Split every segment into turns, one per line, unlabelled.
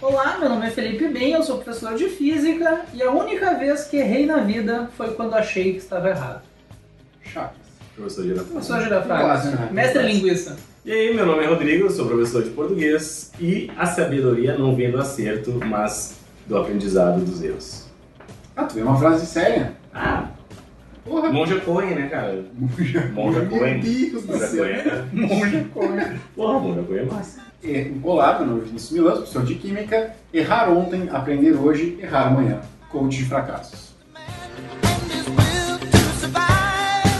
Olá, meu nome é Felipe Bem, eu sou professor de física e a única vez que errei na vida foi quando achei que estava errado.
Chaves.
Professor Girafales.
Professor Girafales,
Quase, né?
mestre
Quase.
linguiça.
E aí, meu nome é Rodrigo, eu sou professor de português e a sabedoria não vem do acerto, mas do aprendizado dos erros.
Ah, tu vê uma frase séria?
Ah,
Porra.
Monja Cohen, né, cara? Monja Cohen.
Meu Deus do
Monja
céu.
Cohen.
Monja Cohen.
Porra, Monja Cohen é massa.
É, Olá, meu nome é Vinícius Milan, sou professor de Química. Errar ontem, aprender hoje, errar amanhã. Coach de fracassos.
and his will to survive.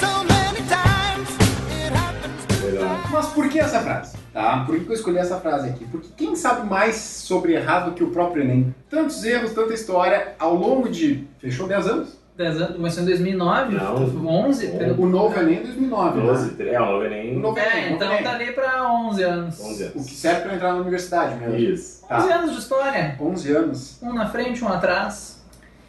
So many times it happens to
Legal.
Mas por que essa frase? Tá? Por que que eu escolhi essa frase aqui? Porque quem sabe mais sobre errar do que o próprio Enem? Tantos erros, tanta história, ao longo de... Fechou 10 anos?
10 anos, começou em 2009,
Não.
11,
Onze.
pelo-
O novo Enem é
Ah.
2009, né?
12, 13. É, o novo
O
Enem.
novo
É,
Enem, o novo
então
Enem.
tá ali pra 11 anos.
11
O que
anos.
serve pra entrar na universidade mesmo.
Isso.
Tá.
11 anos de história,
11 anos.
um na frente, um atrás,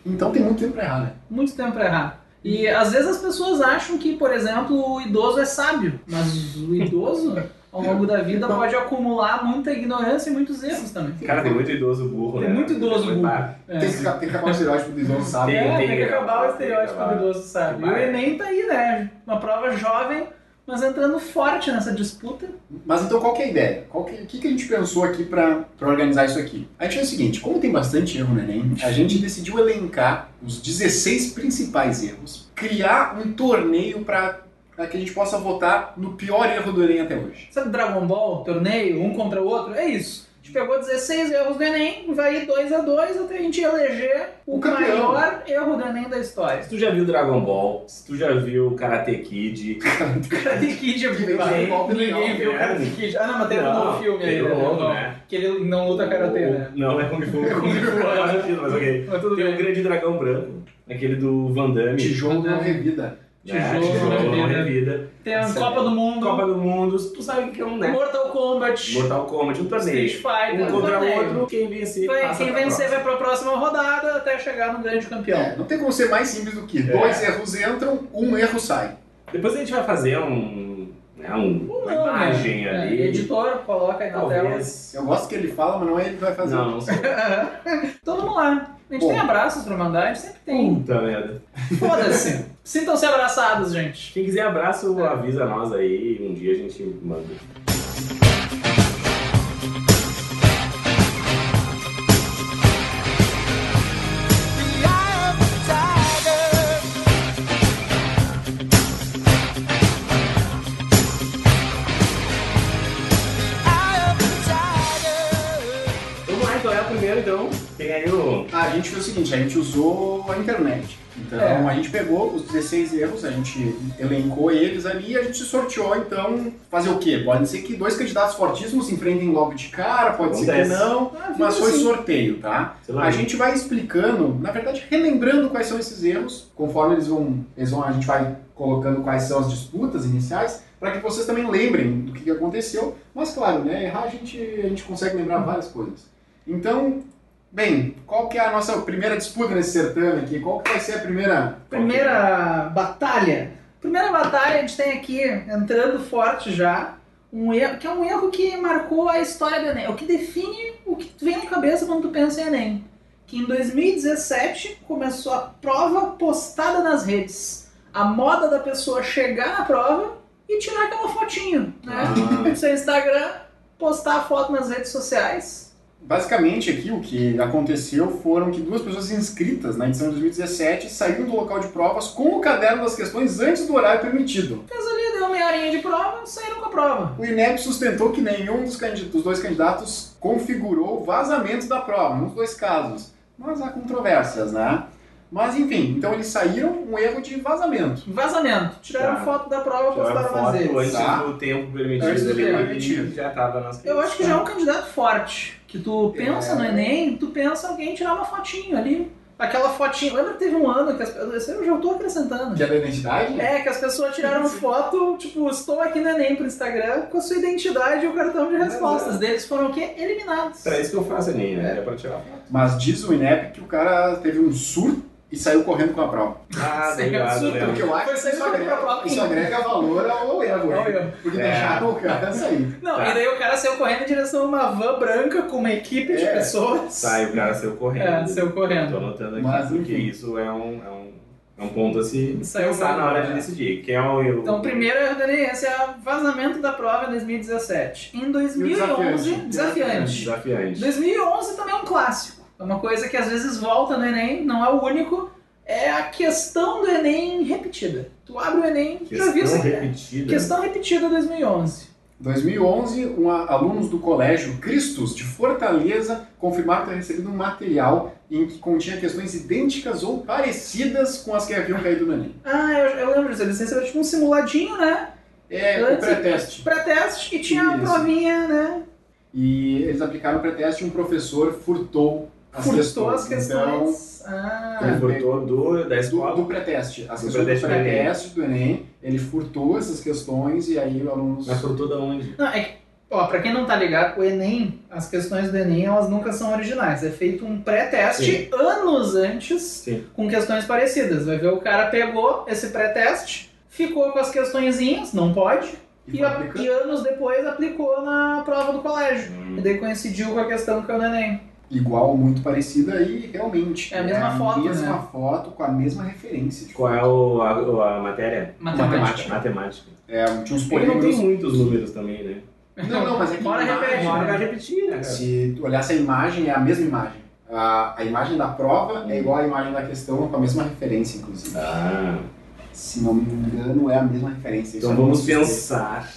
Então tem muito tempo pra errar, né?
muito tempo pra errar. E às vezes as pessoas acham que, por exemplo, o idoso é sábio, mas o idoso, ao longo da vida, pode acumular muita ignorância e muitos erros também.
Cara, tem muito idoso burro, né?
Tem muito idoso
Tem-
burro. É.
Tem, que, tem que acabar o estereótipo do idoso, sabe?
Tem-
É, tem, que
que
acabar o
acabar,
estereótipo
tem que
do idoso, sabe? E o
Vai.
Enem tá aí, né? Uma prova jovem, mas entrando forte nessa disputa.
Mas então qual que é a ideia? Qual que- o que, que a gente pensou aqui pra pra organizar isso aqui? A gente fez o seguinte, como tem bastante erro no Enem, a gente decidiu elencar os 16 principais erros, criar um torneio pra pra que a gente possa votar no pior erro do Enem até hoje.
Sabe Dragon Ball, torneio, um contra o outro? É isso. A gente pegou 16 erros do Enem, vai ir 2 a 2 até a gente eleger o,
O campeão.
maior erro do Enem da história.
Se tu já viu Dragon Ball, se tu já viu Karate Kid.
Karate Kid é muito
Ninguém
bom.
viu
Ninguém
Dragon
viu
Ball,
Karate
né?
Kid. Ah, não, mas teve um
Não,
novo filme aí.
teve um
né?
novo, né?
Que ele não luta Karate, né?
O- Não, é Kung Fu. É
Kung Fu, né?
Mas ok.
Mas tudo
Tem o
bem.
grande dragão branco, aquele do Van Damme.
Tijolo não revida.
né?
Tijolo,
Tijolo
né? Uhum.
não revida.
Tem a
Essa-
Copa do Mundo,
Copa do Mundo, tu sabe o que é um, né?
Mortal Kombat,
Mortal Kombat, um
Street
torneio.
Fighter,
Um contra o
torneio.
outro, quem vencer
Vai,
passa
quem
pra
vencer vai
próxima.
pra próxima rodada até chegar no grande campeão.
É, não tem como ser mais simples do que
É.
dois erros entram, um erro sai.
Depois a gente vai fazer um... Né, um
Ou
uma
não, né?
imagem
É,
ali.
Editor, coloca aí na tela.
Talvez.
Eu gosto que ele fala, mas não é ele que vai fazer.
Não, não sei.
Então vamos lá. A gente
Bom.
tem abraços pra mandar, a gente sempre tem.
Puta merda.
Foda-se. Sintam-se abraçados, gente.
Quem quiser abraço, avisa nós aí. Um dia a gente manda.
the eye of the tiger. The eye of the tiger.
Então vamos lá, então é o primeiro, então. Tem aí o...
Ah, a gente fez o seguinte, a gente usou a internet. Então
É.
a gente pegou os 16 erros, a gente elencou eles ali e a gente sorteou, então, fazer o quê? Pode ser que dois candidatos fortíssimos se enfrentem logo de cara, pode ser que
Acontece.
não,
Ah,
mas foi
assim.
sorteio, tá?
Sei lá,
A gente vai explicando, na verdade, relembrando quais são esses erros, conforme eles vão, eles vão a gente vai colocando quais são as disputas iniciais, para que vocês também lembrem do que que aconteceu. Mas claro, né, errar a gente, a gente consegue lembrar várias coisas. Então, bem, qual que é a nossa primeira disputa nesse certame aqui? Qual que vai ser a primeira?
Primeira batalha. Primeira batalha a gente tem aqui, entrando forte já, um erro, que é um erro que marcou a história do Enem. É O que define o que vem na cabeça quando tu pensa em Enem. Que em 2017 começou a prova postada nas redes. A moda da pessoa chegar na prova e tirar aquela fotinho, né?
Ah.
No seu Instagram, postar a foto nas redes sociais.
Basicamente aqui o que aconteceu foram que duas pessoas inscritas na edição de 2017 saíram do local de provas com o caderno das questões antes do horário permitido.
Mas ali deu meia horinha de prova, saíram com a prova.
O INEP sustentou que nenhum dos, candid- dos dois candidatos configurou vazamento da prova, nos dois casos. Mas há controvérsias, né? Mas enfim, então eles saíram um erro de vazamento.
Vazamento. Tiraram
Tá.
foto da prova,
Tirar
postaram nas
foto
redes.
antes
tá?
do tempo permitido.
Antes do tempo
ali,
permitido.
Já tá tava nas
Eu acho que já é um é candidato forte. Que tu pensa
É.
no Enem, tu pensa alguém tirar uma fotinho ali. Aquela fotinha. Lembra que teve um ano que as pessoas. Eu já tô acrescentando.
Que é da identidade?
É, que as pessoas tiraram foto, tipo, estou aqui no Enem pro Instagram com a sua identidade e o cartão de respostas. Deles foram o quê? Eliminados.
é. Pra isso que eu faço Enem, né? Era pra tirar foto.
Mas diz o INEP que o cara teve um surto e saiu correndo com a prova.
Ah,
Sim, é
obrigado,
absurdo.
Léo.
Porque eu acho
Foi
que
sair
isso
correndo com a
agrega,
prova.
isso agrega valor ao erro.
Ao
né?
erro.
Porque
É.
deixaram o cara sair.
Não,
Tá.
e daí o cara saiu correndo em direção a uma van branca com uma equipe de
É.
pessoas.
Sai o cara saiu correndo.
É, saiu correndo.
Tá Tô anotando aqui,
Mas,
porque
enfim.
isso é um, é um, é um ponto a se
Saiu
pensar na hora de
correndo.
decidir. Quem é o erro?
Então, o primeiro erro do Enem, esse é o vazamento da prova em 2017. Em 2011,
desafiante?
desafiante.
desafiante.
2011 também é um clássico. É uma coisa que às vezes volta no Enem, não é o único. É a questão do Enem repetida. Tu abre o Enem, já viu isso
Questão
aqui. né?
repetida.
Questão repetida 2011.
2011, um a- alunos do colégio Cristos de Fortaleza confirmaram ter recebido um material em que continha questões idênticas ou parecidas com as que haviam caído no Enem.
Ah, eu, eu lembro disso. Eles receberam tipo um simuladinho, né?
É o
Antes-
pré-teste.
Pré-teste e tinha uma
Isso.
provinha, né?
E eles aplicaram o pré-teste e um professor furtou as
Furtou
questões. Então,
as questões. Ah,
Foi
né? Ele voltou do, da
Então,
escola.
do, do pré-teste. As
Do
questões do
pré-teste do Enem.
pré-teste do Enem, ele furtou essas questões e aí os alunos...
Mas por toda onde?
Não, é que, ó, pra quem não tá ligado, o Enem, as questões do Enem, elas nunca são originais. É feito um pré-teste anos antes
Sim.
com questões parecidas. Vai ver, o cara pegou esse pré-teste, ficou com as questõezinhas, não pode,
E
e,
foi
a-
aplicando.
e anos depois aplicou na prova do colégio. E daí coincidiu com a questão que é o do Enem.
Igual, muito parecida e realmente.
É a mesma foto,
mesma
né?
foto com a mesma referência. de
Qual é o, a, a matéria?
Matemática.
Matemática.
É, tinha uns
Ele não tem
polígonos.
muitos números também, né?
Não, não, mas é que
Bora
imagem,
repetir,
Uma hora vai
né?
repetir, né? cara?
Se tu olhasse a imagem, é a mesma imagem. A, a imagem da prova
Uhum.
é igual à imagem da questão, com a mesma referência, inclusive.
Ah,
Se não me engano, é a mesma referência. Isso
então
é
vamos
muito suspeito.
pensar.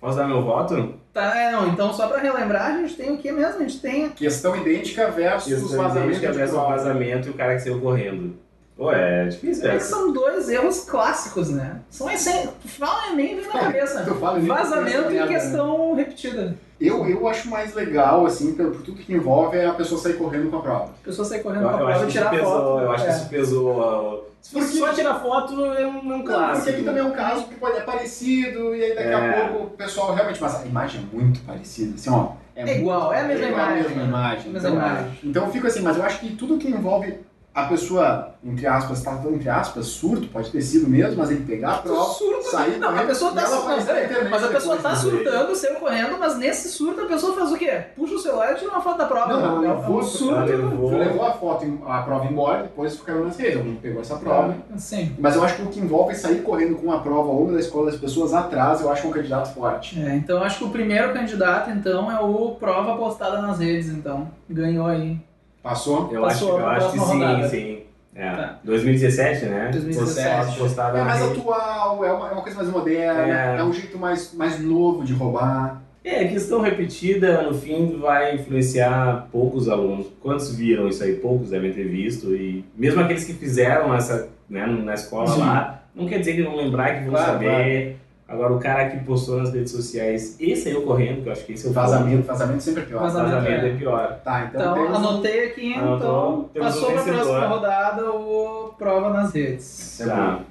Posso dar meu voto?
Tá, é, não, então só pra relembrar, a gente tem o que mesmo? A gente tem
Questão idêntica versus vazamento.
que abraça o
individual.
vazamento e o cara que saiu correndo. Pô, é difícil
É que
essa.
são dois erros clássicos, né? São essências. Fala Enem, vem na cabeça.
Tu fala, nem
Vazamento
pensa
e
nada, né?
questão repetida.
Eu, eu acho mais legal, assim, por, por tudo que envolve, é a pessoa sair correndo com a prova.
A pessoa sai
Eu,
correndo pra
eu acho
prova
que
e
isso
tirar
pesou,
foto.
eu acho
É.
que isso pesou. ó, Se fosse só tirar foto, é um, é um
Porque
clássico.
aqui também é um caso que pode é parecido, e aí daqui a
É.
pouco o pessoal realmente. Mas a imagem é muito parecida, assim, ó.
É igual, é a mesma
igual à
imagem.
mesma imagem.
Ah,
Mesma
Então,
imagem.
Então eu fico assim, mas eu acho que tudo que envolve a pessoa, entre aspas, tá falando entre aspas, surto, pode ter sido mesmo, mas ele pegar a prova,
Surta.
sair
Não, a
correndo,
pessoa
e
tá
ela
surtando,
aparecer na internet
Mas a pessoa tá
depois, né?
surtando, saiu correndo, mas nesse surto a pessoa faz o quê? Puxa o celular e tira uma foto da prova.
Não, ela
É um-
levou,
é um
Ela
surto.
levou.
Tu levou a foto, em- a prova embora, depois ficaram nas redes, alguém pegou essa prova.
Assim.
Mas eu acho que o que envolve é sair correndo com a prova ou da escola das pessoas atrás, eu acho um candidato forte.
É, então acho que o primeiro candidato, então, é o prova postada nas redes, então. Ganhou aí.
Passou?
Eu acho,
Passou
eu
a
acho que sim,
próxima rodada.
sim. É.
Tá.
2017, né?
2017.
Postada
É mais
na-
atual, é uma, é uma coisa mais moderna, é,
É.
um jeito mais, mais novo de roubar.
É, questão repetida, no fim, vai influenciar poucos alunos. Quantos viram isso aí? Poucos devem ter visto. E mesmo aqueles que fizeram essa, né, na escola
Sim.
lá, não quer dizer que vão lembrar, que vão
Claro,
saber. Agora, o cara que postou nas redes sociais, esse aí ocorrendo, que eu acho que esse é o
Vazamento, vazamento sempre é pior.
Vazamento.
vazamento, vazamento é pior.
Tá, então,
Então,
temos-
anotei aqui,
um- Anotou.
então,
Temos
passou
um
pra próxima
vencedor.
rodada o prova nas redes.
Isso é
Tá,
bom.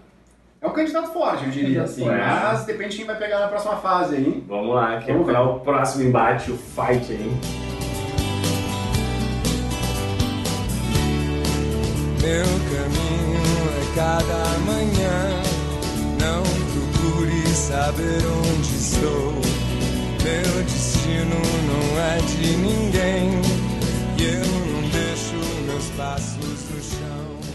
É um candidato forte, eu diria,
Candidato
assim.
forte.
Mas depende de quem vai pegar na próxima fase aí.
Vamos lá, que é
Vamos ver.
o próximo embate, o fight aí.
Meu caminho é cada manhã. Não procure saber onde estou. Meu destino não é de ninguém. E eu não deixo meus passos no chão.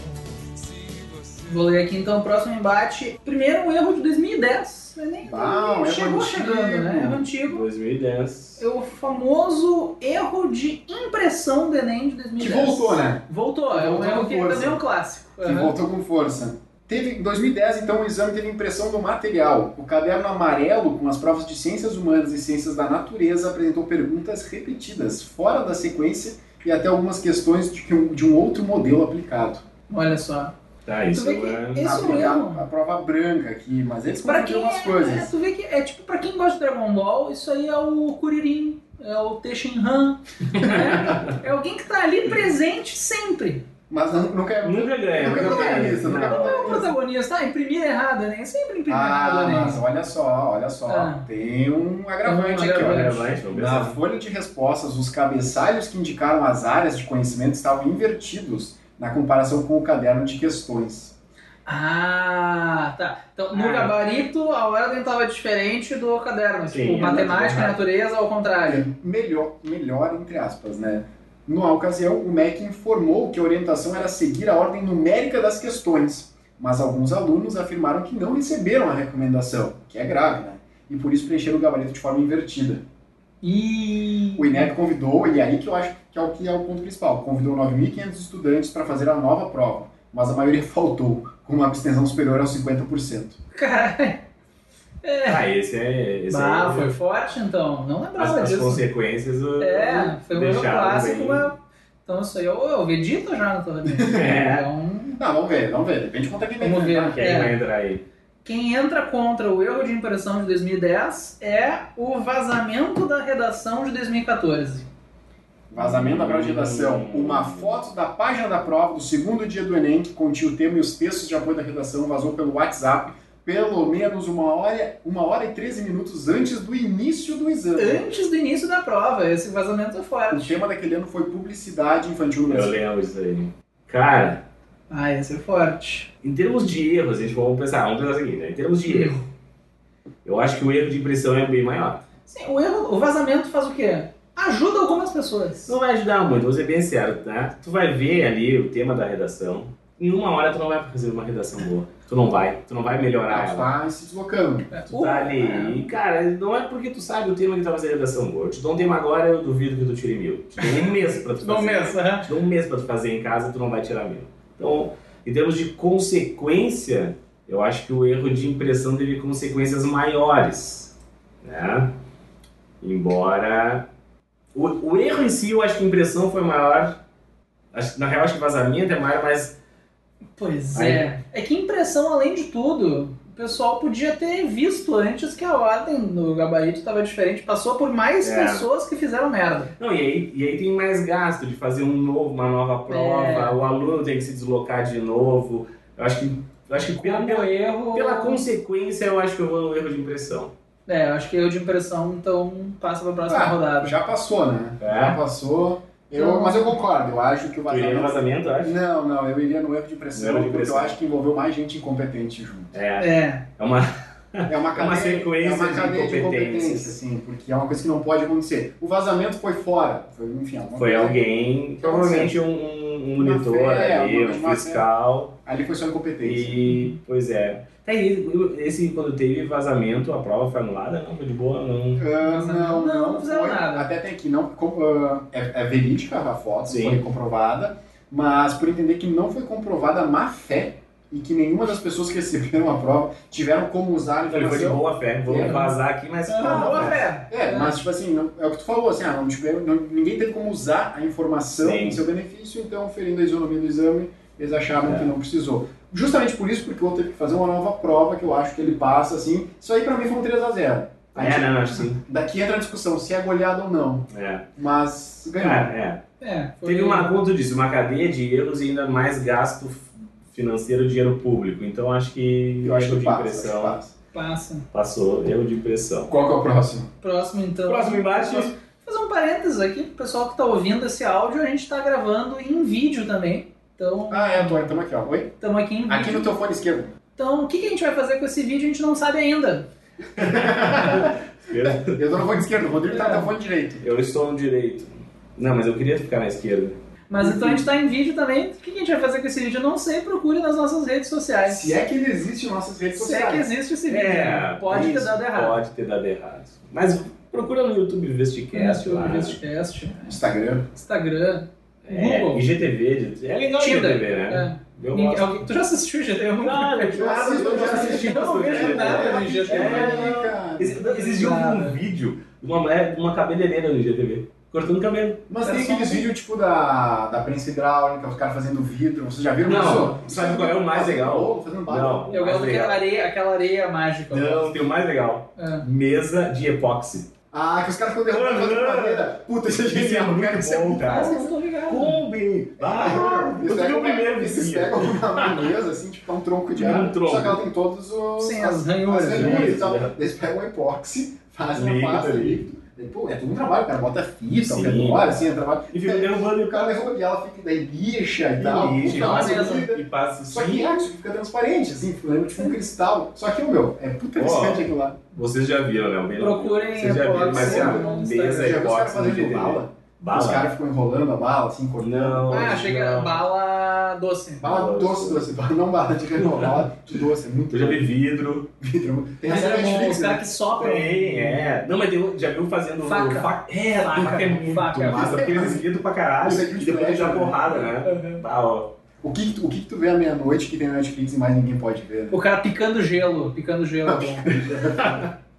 Se você
Vou ler aqui então o próximo embate. Primeiro, um erro de 2010. Não é nem
Ah, um erro
chegou
antigo.
chegando, né? Erro antigo.
2010.
É o famoso erro de impressão do Enem de
Que
2010.
voltou, né?
Voltou,
Que
é um
voltou
erro
com
que
força.
também é um clássico.
que
Aham.
voltou com força. Teve, em 2010, então, o exame teve impressão do material. O caderno amarelo, com as provas de ciências humanas e ciências da natureza, apresentou perguntas repetidas, fora da sequência, e até algumas questões de, que um, de um outro modelo aplicado.
Olha só.
Tá,
Tu
isso
vê que
é...
Isso
Aplicar
mesmo.
a prova branca aqui, mas eles
Pra
confundiram
quem
umas
é, é,
coisas.
tu vê que é tipo, pra quem gosta de Dragon Ball, isso aí é o Kuririn. é o Teixinhan, né? é alguém que tá ali presente sempre.
Mas não, nunca é.
Nunca ganha,
Nunca
nunca
ganha
ganha.
isso, nunca
Não.
Não é o protagonista, ah, imprimir errado, né? Sempre imprimir
Ah,
errado, né?
mas olha só, olha só.
Ah.
Tem um agravante
Um
aqui,
agravante.
olha.
Agravante, vamos
Na
pensar.
folha de respostas, os cabeçalhos que indicaram as áreas de conhecimento estavam invertidos na comparação com o caderno de questões.
Ah, tá. Então, no
Ah.
gabarito, a ordem estava diferente do caderno.
Sim,
tipo,
é
matemática,
natural.
natureza, ao contrário.
Melhor, melhor entre aspas, né? Na ocasião, o MEC informou que a orientação era seguir a ordem numérica das questões, mas alguns alunos afirmaram que não receberam a recomendação, que é grave, né? E por isso preencheram o gabarito de forma invertida.
E...
O INEP convidou, e aí que eu acho que é o que é o ponto principal, convidou 9.500 estudantes para fazer a nova prova, mas a maioria faltou, com uma abstenção superior aos 50%.
Caralho. É.
Ah, esse é. Esse
Bah,
é
foi forte então. Não
as,
lembrava
as
disso.
consequências. o-
É, foi um erro
deixaram
clássico,
bem-
mas. Então isso aí eu, eu edito já no torneio.
É.
Então,
Não, vamos ver, vamos ver, depende de quanto é que vem.
Vamos ver.
Quem
É.
vai entrar aí?
quem entra contra o erro de impressão de 2010 é o vazamento da redação de 2014.
Vazamento da prova de redação, uma foto da página da prova do segundo dia do Enem, que continha o tema e os textos de apoio da redação, vazou pelo WhatsApp, pelo menos uma hora, uma hora e 13 minutos antes do início do exame.
Antes do início da prova, esse vazamento é
O
forte.
tema daquele ano foi publicidade infantil no
Eu
Brasil.
lembro isso aí. Cara,
Ah, esse é forte.
Em termos de erros, a gente vamos pensar, vamos pensar o seguinte, né? em termos de erro, eu acho que o erro de impressão é bem maior.
Sim, o erro, o vazamento faz o quê? Ajuda algumas pessoas.
Isso não vai ajudar muito, vou ser bem sincero, tá? Tu vai ver ali o tema da redação, em uma hora tu não vai fazer uma redação boa. Tu não vai, tu não vai melhorar
Ah,
ela.
tá se deslocando.
Tu tá ali, e cara, não é porque tu sabe o tema que tu vai fazer a redação boa. Eu te dou um tema agora, eu duvido que tu tire mil. Te dou um mês pra tu fazer.
Bom mesmo, né?
Te dou um mês pra tu fazer em casa, tu não vai tirar mil. Então, em termos de consequência, eu acho que o erro de impressão teve consequências maiores, né? Embora o, o erro em si, eu acho que a impressão foi maior. Acho, na real, acho que vazamento é maior, mas
Pois
Aí.
é. É que impressão, além de tudo, o pessoal podia ter visto antes que a ordem do gabarito estava diferente. Passou por mais
É.
pessoas que fizeram merda.
não. E aí, e aí tem mais gasto de fazer um novo, uma nova prova.
É.
O aluno tem que se deslocar de novo. Eu acho que, eu acho que pela, pela,
erro.
pela consequência, eu acho que eu vou no erro de impressão.
É, eu acho que eu de impressão, então passa pra próxima
Ah,
rodada.
Já passou, né?
É.
Já passou. Eu,
Tá Então-
mas eu concordo, eu acho que o
Tu iria no
vazamento.
vazamento, eu acho.
Não, não, eu iria no erro de pressão,
No erro de
porque eu
pressão.
acho que envolveu mais gente incompetente junto.
É,
É.
é uma
É uma cadeia,
sequência
é uma
de
cadeia de
incompetências.
incompetência, sim, porque é uma coisa que não pode acontecer. O vazamento foi fora, foi, enfim, alguma
Foi
coisa.
alguém, provavelmente um, um- um
Então, Uma
monitor
fé, né?
ali,
uma-
um
uma
fiscal.
Ali foi só incompetência.
E, pois é. Tá aí, esse, quando teve vazamento, a prova foi anulada? Não, foi de boa, não.
Ah,
Vazamento.
não,
Não,
não,
não fizeram
foi.
nada.
Até tem aqui, não, com- ah, é, é verídica a foto,
Sim.
foi comprovada, mas por entender que não foi comprovada a má fé e que nenhuma das pessoas que receberam a prova tiveram como usar a
Ele foi de
informação.
boa fé, vou
É.
vazar aqui, mas
Ah,
calma,
boa
né?
fé.
É, mas tipo assim, não- é o que tu falou, assim, ah, não tiver- não- ninguém teve como usar a informação
Sim.
em seu benefício, então, ferindo a isonomia do exame, eles acharam
É.
que não precisou. Justamente por isso, porque o outro teve que fazer uma nova prova, que eu acho que ele passa, assim, isso aí pra mim foi um 3x0.
É, não, acho que sim.
Daqui entra a discussão se é goleada ou não,
É.
mas ganhou.
Cara, é.
É, foi-
Teve uma, como tu disse, uma cadeia de erros e ainda mais gasto financeiro, dinheiro público. Então acho que
eu acho que
erro de
passa, acho
impressão
que passa.
Passa.
passou, erro de impressão.
Qual que é o próximo?
Próximo, então.
Próximo embate.
Vou fazer um parênteses aqui pro pessoal que tá ouvindo esse áudio. A gente tá gravando em vídeo também. Então,
Ah, é, Antônio, estamos aqui, ó. Oi?
estamos aqui em vídeo.
Aqui no teu fone esquerdo.
Então, o que, que a gente vai fazer com esse vídeo a gente não sabe ainda.
Eu tô no fone esquerdo, o Rodrigo tá no
É.
teu fone direito.
Eu estou no direito. Não, mas eu queria ficar na esquerda.
Mas então a gente tá em vídeo também. O que, que a gente vai fazer com esse vídeo? Eu não sei, procure nas nossas redes sociais.
Se é que ele existe em nossas redes
Se é que
sociais.
existe esse vídeo.
É,
Pode ter
isso,
dado errado.
Pode ter dado errado. Mas procura no YouTube Vesticast lá.
Podcast,
Instagram.
Instagram,
É,
Google.
IGTV. de- É legal
Tinder.
IGTV, né?
É.
Eu
Ninguém-
gosto.
alguém- Tu já assistiu GT? Eu nunca-
Cara, que
Eu
nada,
assisto,
eu já
eu
assisti
eu não
bastante
vejo
É,
nada
IGTV.
no GT.
É.
cara.
Esse- não, Esses dias eu vi
Nada.
um vídeo de uma mulher, de uma cabeleireira no IGTV, cortando cabelo.
Mas
É
tem
só
aqueles
um-
vídeos tipo da, da prensa hidráulica, os caras fazendo vidro, vocês já viram
Não,
isso?
sabe qual é o mais legal?
Bolo, fazendo barro.
Não, é.
Eu
mais
gosto daquela
legal.
areia, aquela areia mágica.
Não, tem o mais legal.
É.
Mesa de epóxi.
Ah, que os caras ficam derrubando
Aham.
a de madeira. Puta, isso é
Isso é
genial,
muito
cara. Isso é
bom,
muito
cara.
Nossa, eu não tô ligado.
Kombi! Ah,
Eles
eu vi
pegam
o
uma-
primeiro
Eles
vizinho.
pegam uma mesa, assim, tipo, é um tronco de
É um
árvore.
tronco.
Só que ela tem todos os.
Sim,
as-
as ranhuras,
as
né?
ranhuras e tal.
Isso, né?
Eles pegam o epóxi, fazem
Líquido
a pasta
ali.
líquido. E, Pô, é todo um trabalho, cara. Bota fita,
Sim.
redor, assim, é um trabalho.
E fica derrubando
O cara derruba e ela fica daí lixa e tal.
e
Puta,
passa
uma
mesmo.
vida.
E passa
Só que
sim.
ah, isso fica transparente, assim, lembra tipo um cristal. Só que o meu, é puta
Ó.
riscante aquilo lá.
Vocês já viram, né? O melhor.
Procurem
Vocês já viram, mas
epóxi
é a
no
mesa
Instagram.
Já viu os caras
epóxi no
fazendo
GTV.
bala? Os
Bala?
caras ficam enrolando a bala, assim, cortando.
Não.
Ah, achei que era
não.
bala doce.
Bala doce, doce, bala, não bala de canhão, bala de doce, é muito
Eu já vi vidro.
vidro. Tem
Mas
essa
era bom,
Netflix,
os
né?
caras que sopram.
Tem, é. Não, mas tem um- já viu fazendo.
Faca.
É, faca,
Faca,
é muito
faca.
massa, porque eles esquentam pra caralho.
Isso aqui
E depois eles
flecha,
dão
né?
porrada, né?
Aham.
Tá, ó.
O que, que tu- o que que tu vê à meia-noite que tem na Netflix e mais ninguém pode ver? né?
O cara picando gelo. Picando gelo é bom.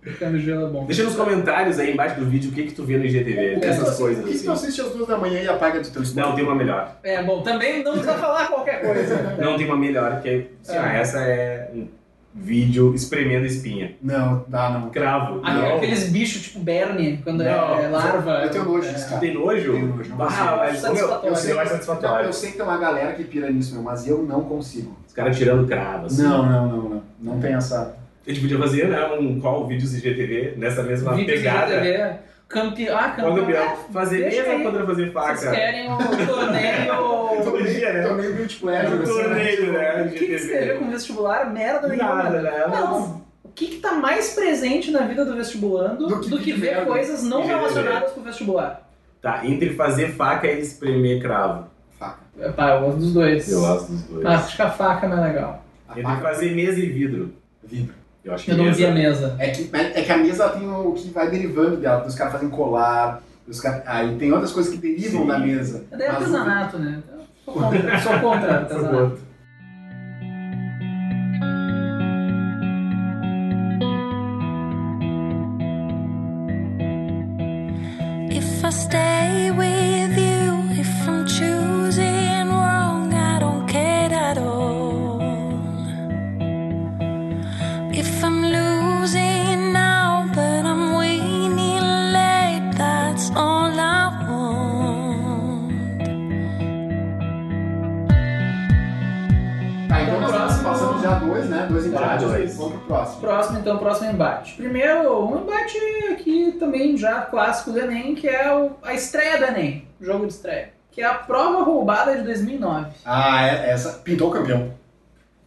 picando gelo é bom.
Deixa nos comentários aí embaixo do vídeo o que, que tu vê no IGTV,
que
dessas
tu-
coisas
O que que tu
assim.
assiste às duas da manhã e apaga do teu
Não,
estômago?
tem uma melhor.
É, bom, também não precisa falar qualquer coisa.
Não, tem uma melhor, que é. assim,
É.
ah, essa é um vídeo espremendo espinha.
Não, dá não.
Cravo.
Ah,
não.
Aqueles bichos tipo berne, quando
Não,
é larva.
Eu tenho nojo disso,
Tu
cara.
tem nojo?
Tem nojo, não
Bah,
consigo.
mas meu,
Satisfatório.
eu sei, eu acho
Não,
satisfatório.
eu sei que tem uma galera que pira nisso, meu, mas eu não consigo.
Os caras tirando cravo, assim.
Não, não, não, não. Não tem essa.
A gente podia fazer, né? Um qual vídeos IGTV nessa mesma
Vídeos de
pegada.
TV. Campeão. Ah,
Qual
campeão.
campeão? Fazer
né? deixa
mesa
aí.
contra fazer
Vocês
faca.
querem o torneio.
Todo dia, né?
Tô meio guilty pleasure,
Um
assim, né?
torneio, né?
O que, que você
IGTV.
vê com vestibular? Merda nenhuma.
Nada, né? Mas-
Não, o que, que tá mais presente na vida do vestibulando do
Do
que,
que-
ver
né?
merda.
coisas não
IGTV.
relacionadas com o vestibular?
Tá, entre fazer faca e espremer cravo.
Faca.
É, Pá, eu gosto dos dois.
Eu gosto dos dois.
Ah, acho que a faca não é legal.
A
Entre
faca
fazer mesa e vidro.
vibra.
Eu acho que
Eu não vi a
mesa.
mesa.
É que, é que a mesa tem o que vai derivando dela, dos caras fazem colar, dos caras. Aí tem outras coisas que derivam
Sim.
da mesa.
Daí é
Mas o-
artesanato, né? Então, Sou contra, sou
é
contra artesanato.
If I stay with you, if I'm choosing wrong, I don't care at all. If I'm losing now, but I'm winning late, that's all I want.
Tá, então nós passamos já dois, né? Dois embates.
dois.
Vamos pro próximo.
Próximo, então, próximo embate. Primeiro, um embate aqui também já clássico do Enem, que é o- a estreia do Enem, jogo de estreia. Que é a prova roubada de 2009.
Ah, é- essa. Pintou o campeão.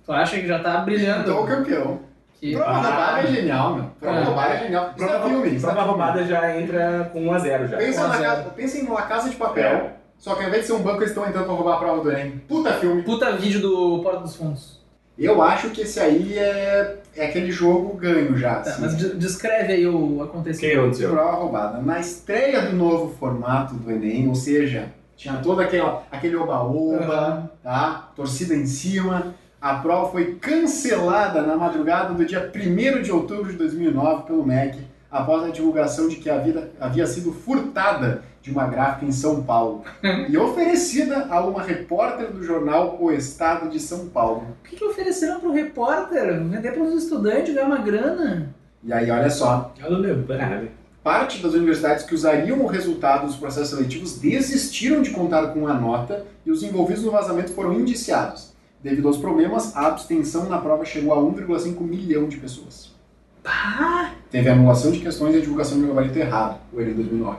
Tu acha que já tá
Pintou o
brilhando?
campeão.
Que-
Prova roubada é genial, meu. Prova
Ah.
roubada é genial. Isso
Prova,
é filme. isso é
prova
filme.
roubada já entra com 1x0 já.
Pensa,
Um a
na
zero.
casa, pensa em uma casa de papel, só que ao invés de ser um banco, eles estão entrando pra roubar a prova do Enem. Puta filme.
Puta vídeo do Porta dos Fundos.
Eu acho que esse aí é, é aquele jogo ganho já.
Tá,
assim.
mas de- descreve aí o
Quem
acontecimento.
é o seu?
Prova roubada. Na estreia do novo formato do Enem, ou seja, tinha todo aquela, aquele oba-oba, tá? torcida em cima. A prova foi cancelada na madrugada do dia 1 de outubro de 2009 pelo MEC, após a divulgação de que a vida havia sido furtada de uma gráfica em São Paulo e oferecida a uma repórter do jornal O Estado de São Paulo.
O que, que ofereceram pro repórter? Vender para os estudantes, ganhar uma grana?
E aí, olha só,
Eu não lembro. Ah, né?
Parte das universidades que usariam o resultado dos processos seletivos desistiram de contar com a nota e os envolvidos no vazamento foram indiciados. Devido aos problemas, a abstenção na prova chegou a 1,5 milhão de pessoas.
Bah,
Teve anulação de questões e a divulgação de um gabarito errado, o Enem 2009.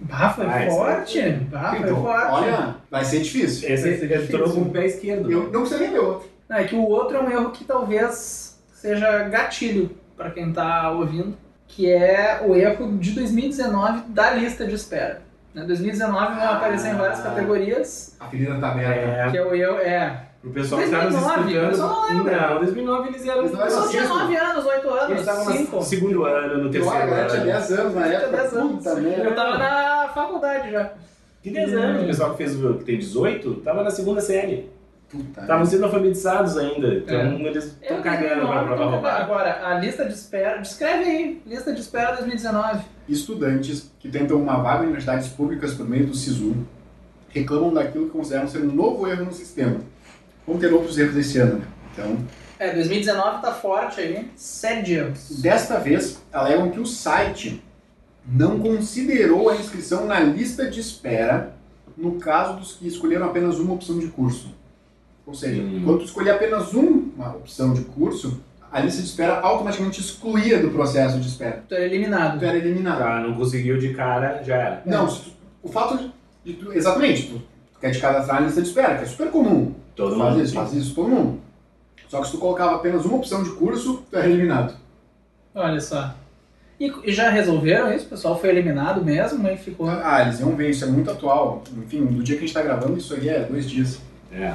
bah foi
Ah, isso
forte. Bah, foi
Então,
forte.
olha, vai ser difícil.
Esse
Esse é
entrou
difícil.
com o pé esquerdo.
Eu não sei nem meu outro.
Não, é que o outro é um erro que talvez seja gatilho para quem tá ouvindo, que é o erro de 2019 da lista de espera. Né, 2019 vão aparecer em várias
Ah.
categorias,
A ferida tá aberta.
É,
que é o erro, é...
pro pessoal que tá nos
2009, eu
escutando.
só não lembro.
Não, 2009 eles eram.
Eles não eram
Só
Fascismo.
tinha 9 anos, 8
Eles estavam
anos,
no
5.
segundo ano, no
Olha, a
terceiro
galera tinha
ano.
10 anos na época.
10 anos.
Puta merda.
Eu tava na faculdade já.
Que 10
Hum.
anos? O pessoal que fez o que tem 18 tava na segunda série.
Puta
Estavam sendo alfabetizados ainda. Então
É.
eles estão
Eu
cagando pra
2019,
prova
então,
roubada.
Agora, a lista de espera. Descreve aí, lista de espera 2019.
estudantes que tentam uma vaga em universidades públicas por meio do SISU reclamam daquilo que consideram ser um novo erro no sistema. Vão ter outros erros esse ano, né? Então,
É, 2019 tá forte aí. Sete erros.
desta vez, alegam que o site não considerou a inscrição na lista de espera no caso dos que escolheram apenas uma opção de curso. Ou seja,
Hum.
quando tu escolher apenas um- uma opção de curso, a lista de espera automaticamente excluía do processo de espera.
Tu era eliminado.
Tu era eliminado.
Ah, não conseguiu de cara, já era.
Não, se tu- o fato de, de tu, exatamente, tu, tu quer te cadastrar na lista de espera, que é super comum.
Todo
faz
mundo.
isso, faz isso, todo mundo. Só que se tu colocava apenas uma opção de curso, tu era eliminado.
Olha só. E, e já resolveram isso? O pessoal foi eliminado mesmo e ficou.
Ah, eles iam ver, isso é muito atual. Enfim, do dia que a gente tá gravando, isso aí é dois dias.
É.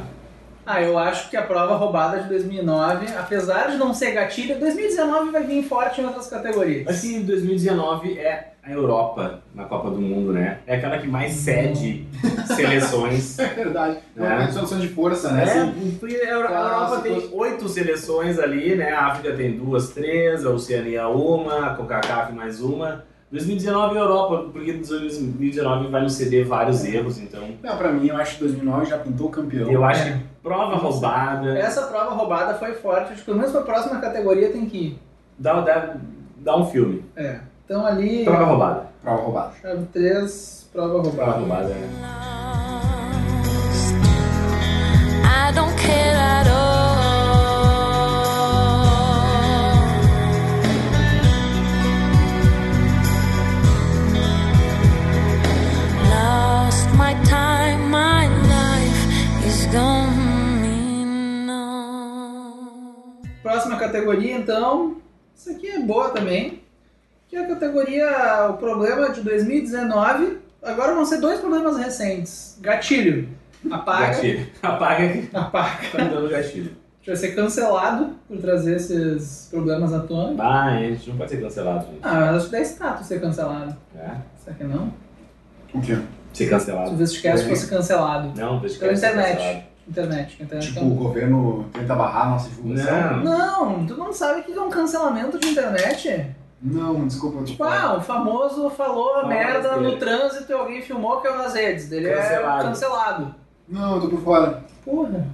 Ah, eu acho que a prova roubada de 2009, apesar de não ser gatilho, 2019 vai vir forte em outras categorias.
Assim, 2019 é a Europa na Copa do Mundo, né? É aquela que mais cede
Hum.
seleções.
É verdade. É
É.
uma redução de força, né?
É,
Assim,
porque a Euro- a Europa
Clássicos.
tem oito seleções ali, né? A África tem duas, três, a Oceania uma, a CONCACAF mais uma. 2019 é a Europa, porque 2019 vai nos ceder vários erros, então
Não, pra mim, eu acho que 2009 já pintou o campeão.
eu acho que prova roubada,
É. Essa prova roubada foi forte, acho que pelo menos pra próxima categoria tem que ir.
dá, dá, dá um filme.
É. Então ali,
Prova roubada.
Prova roubada.
chave 3, prova
Prova
roubada.
roubada, né?
lost. I don't care at all. Lost my time, my life is gone. mean no.
Próxima categoria, então, isso aqui é boa também, que é a categoria O Problema de 2019. Agora vão ser dois problemas recentes. Gatilho. Apaga.
Gatilho. Apaga que
Apaga.
tá me dando gatilho.
A gente vai ser cancelado por trazer esses problemas à tona.
Ah, a gente não pode ser cancelado, gente.
Ah, eu acho que dá status ser cancelado.
É.
Será que não?
O quê?
Ser
Se
cancelado.
o Vestcast fosse cancelado.
Não, deixa que
Pela
eu ser
internet. Internet. que a internet
Tipo,
can-
o governo tenta barrar a nossa divulgação?
cancelado. Não.
Não, tu não sabe o que é um cancelamento de internet?
Não, desculpa. eu tô
Tipo,
falando.
ah, o famoso falou
Ah,
merda
mas
no
ele-
trânsito e alguém filmou que eu nas redes. Ele é
Cancelado.
cancelado.
Não, eu tô por fora.
Porra.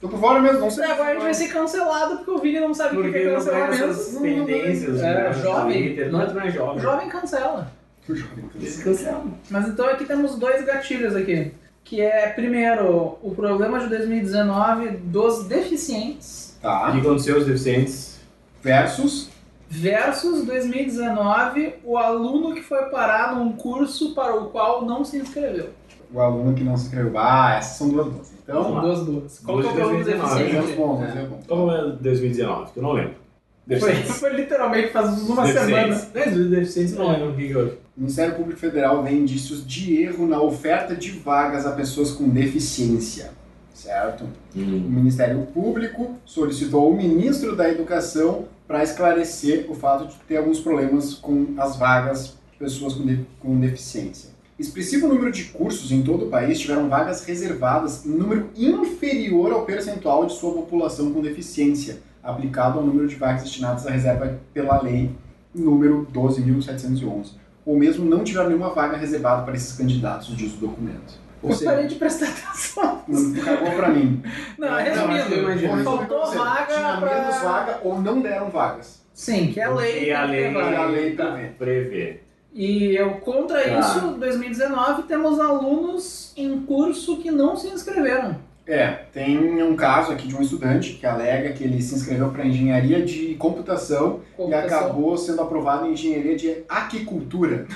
Tô por fora mesmo, não sei.
Agora a gente vai ser cancelado porque o Vini não sabe o que
Porque
é
não pega essas
cancelamento.
tendências
É,
né, no
jovem.
Twitter, não é não é
O
jovem.
jovem cancela.
Eu jovem, então.
Eles cancelam.
Mas então aqui temos dois gatilhos aqui. Que é, primeiro, o problema de 2019 dos deficientes
O que
Tá.
aconteceu aos deficientes?
Versus.
versus 2019 o aluno que foi parar num curso para o qual não se inscreveu.
O aluno que não se inscreveu. Ah, essas são duas boas. Então,
Vamos lá.
Duas boas. Qual que
Dos
é o problema do
2019,
deficiente?
fizemos bom, fizemos bom.
Qual é o 2019? Que eu não lembro.
Foi,
Deficientes.
foi literalmente faz uma
Deficientes.
semana.
Mas os deficientes não lembram o que que houve.
O Ministério Público Federal vê indícios de erro na oferta de vagas a pessoas com deficiência, certo?
Hum.
O Ministério Público solicitou ao ministro da Educação para esclarecer o fato de ter alguns problemas com as vagas de pessoas com, de- com deficiência. Expressivo número de cursos em todo o país tiveram vagas reservadas em número inferior ao percentual de sua população com deficiência, aplicado ao número de vagas destinadas à reserva pela lei número 12.711, ou mesmo não tiveram nenhuma vaga reservada para esses candidatos, diz o documento. Ou
Eu parei
seja,
de prestar atenção.
acabou para mim.
Não,
acho que eu
resumindo.
imagino.
Correção
Faltou
pra você.
vaga
Tinha
pra-
menos vaga ou não deram vagas.
Sim, que é lei.
E a
tem que ter
lei,
vaga.
E a lei
tá,
prevê.
prevê.
E eu, contra
Tá.
isso, 2019, temos alunos em curso que não se inscreveram.
É, tem um caso aqui de um estudante que alega que ele se inscreveu para engenharia de computação, e
Computação.
acabou sendo aprovado em engenharia de aquicultura.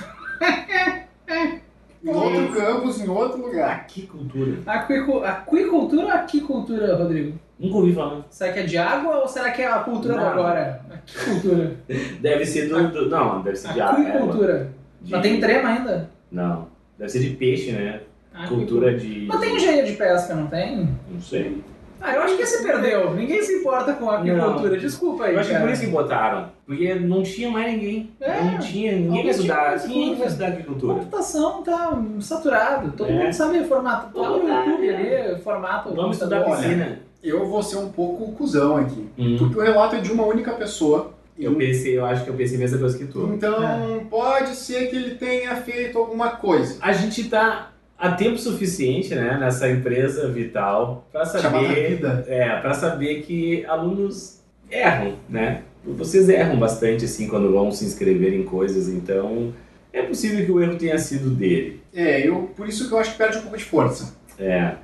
em outro campus, em outro lugar.
Ah, Que cultura.
Aquicu- Aquicultura ou aquicultura, Rodrigo?
Nunca ouvi falar.
Será que é de água ou será que é a cultura
Não.
da agora? Aquicultura.
Deve ser do... do- não, deve ser de água.
Aquicultura.
Tá, é. De-
Mas tem trema ainda?
Não. Deve ser de peixe, né?
Aquicultura.
Cultura é de...
Mas tem engenharia de pesca, não tem?
Não sei.
Ah, eu acho que se perdeu. Ninguém se importa com aquicultura. Desculpa aí,
Eu acho que
cara.
por isso que botaram. Porque não tinha mais ninguém.
É.
Não tinha, ninguém vai
Alguém tinha
estudar.
mais
Quem vai
coisa.
estudar agricultura?
Computação tá hum, saturado. Todo
É.
mundo sabe o formato. Tá no
Vamos lá,
YouTube
né?
ali, formato.
Vamos estudar
computador.
piscina.
Eu vou ser um pouco cuzão aqui.
Hum.
Porque o relato é de uma única pessoa.
Eu pensei, eu acho que eu pensei a mesma coisa que tu.
Então, pode ser que ele tenha feito alguma coisa.
A gente tá há tempo suficiente, né, nessa empresa vital pra
Chamada
saber,
vida.
é, para saber que alunos erram, né? Vocês erram bastante assim quando vão se inscrever em coisas, então É possível que o erro tenha sido dele.
É, eu, por isso que eu acho que perde um pouco de força.
É.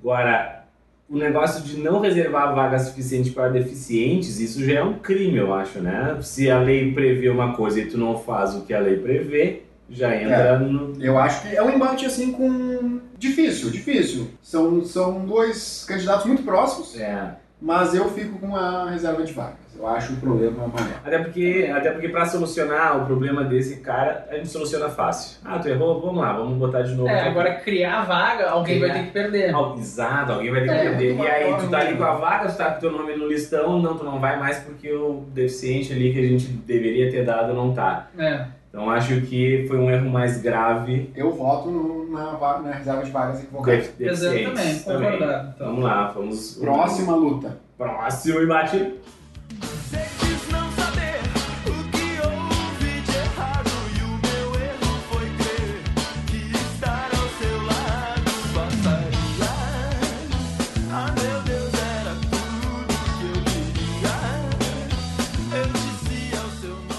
Agora, o negócio de não reservar vaga suficiente para deficientes, isso já é um crime, eu acho, né? Se a lei prevê uma coisa e tu não faz o que a lei prevê, já entra no.
Eu acho que é um embate assim com. Difícil, difícil. São, são dois candidatos muito próximos,
É.
mas eu fico com a reserva de vagas. Eu acho o problema maior.
Até porque, até porque para solucionar o problema desse cara, a gente soluciona fácil. Ah, tu errou? Vamos lá, vamos botar de novo.
É, agora criar a vaga, alguém
Criar.
vai ter que perder.
Al- Exato, alguém vai ter que
É,
perder.
tu
E aí,
vai-
tu tá ali com a vaga, tu tá com teu nome no listão, não, tu não vai mais porque o deficiente ali que a gente deveria ter dado não tá.
É.
Então acho que foi um erro mais grave
Eu voto no- na, va- na reserva de vagas
com
equivocada.
def-
Pesando também,
deficientes também.
concordado. Então.
Vamos lá, vamos.
Próxima luta.
Próximo e bate.
Você diz não saber o que houve de errado E o meu erro foi crer que estar ao seu lado passaria Ah meu Deus, era tudo que eu queria Eu disse ao seu nome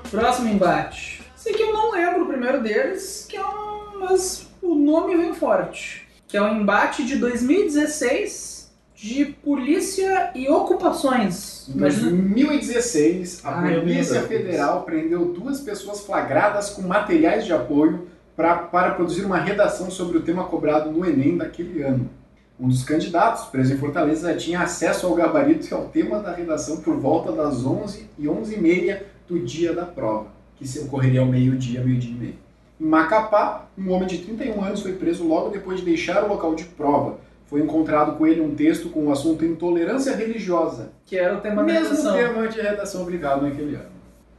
Então, Próximo embate. Esse aqui eu não lembro o primeiro deles, que é um. Mas o nome vem forte. Que é o embate de 2016 de polícia e ocupações.
Em
Imagina
2016, a
Ah, eu lembro
Polícia
disso.
Federal prendeu duas pessoas flagradas com materiais de apoio pra, para produzir uma redação sobre o tema cobrado no Enem daquele ano. Um dos candidatos, preso em Fortaleza, tinha acesso ao gabarito e ao tema da redação por volta das 11 e 11 e meia do dia da prova, que se ocorreria ao meio-dia, meio-dia e meio. Em Macapá, um homem de 31 anos foi preso logo depois de deixar o local de prova. Foi encontrado com ele um texto com o assunto intolerância religiosa
que era o tema da
mesmo
redação.
tema de redação obrigado naquele ano.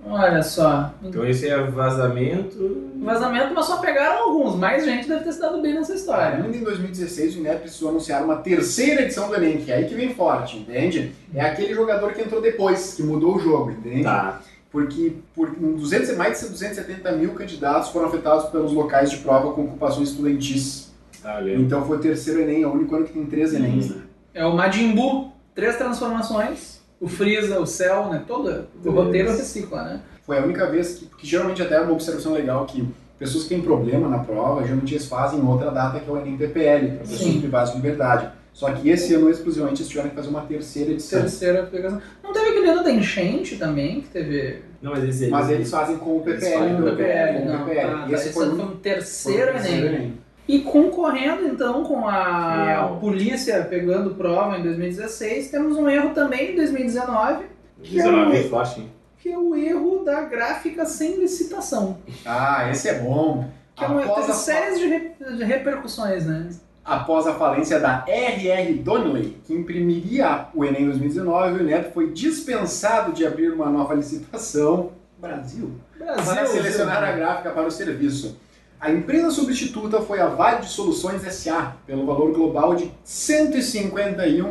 Olha só. Um
Então esse é vazamento.
Vazamento, mas só pegaram alguns. Mais gente deve ter se dado bem nessa história.
Tá, Ainda em 2016, o INEP precisou anunciar uma terceira edição do Enem, que é aí que vem forte, entende? É aquele jogador que entrou depois, que mudou o jogo, entende?
Tá.
Porque por um 200, e- mais de 270 mil candidatos foram afetados pelos locais de prova com ocupações estudantis.
Valeu.
Então foi o terceiro Enem, é o único ano que tem três Enems. né?
É o Majin Buu, três transformações. O Freeza, o Cell, né? Todo o
Beleza.
roteiro recicla, né?
Foi a única vez que, porque geralmente até é uma observação legal que pessoas que têm problema na prova, geralmente eles fazem outra data que é o Enem PPL, para pessoas
Sim.
privadas de liberdade. Só que esse ano exclusivamente eles tiveram que fazer uma terceira edição.
Terceira pegação. Não teve aquele ano da enchente também, que teve.
Não, mas esse é
Mas eles fazem com o
Eles
PPL.
fazem
né?
com o
PL,
Com o
não.
PPL.
tá, tá.
E esse foi o único-
um terceiro
foi o
Enem. E concorrendo então com a
Fiel.
polícia pegando prova em 2016, temos um erro também em 2019, que é,
19 é
o,
forte, hein?
que é o erro da gráfica sem licitação.
Ah, esse é bom.
Que é uma
Após
teve
a, fa-
séries de, re- de repercussões, né?
após a falência da R.R. Donnelly, que imprimiria o Enem 2019, o Neto foi dispensado de abrir uma nova licitação. Brasil.
Brasil.
para selecionar a gráfica para o serviço. A empresa substituta foi a Vale de Soluções SA, pelo valor global de 151,7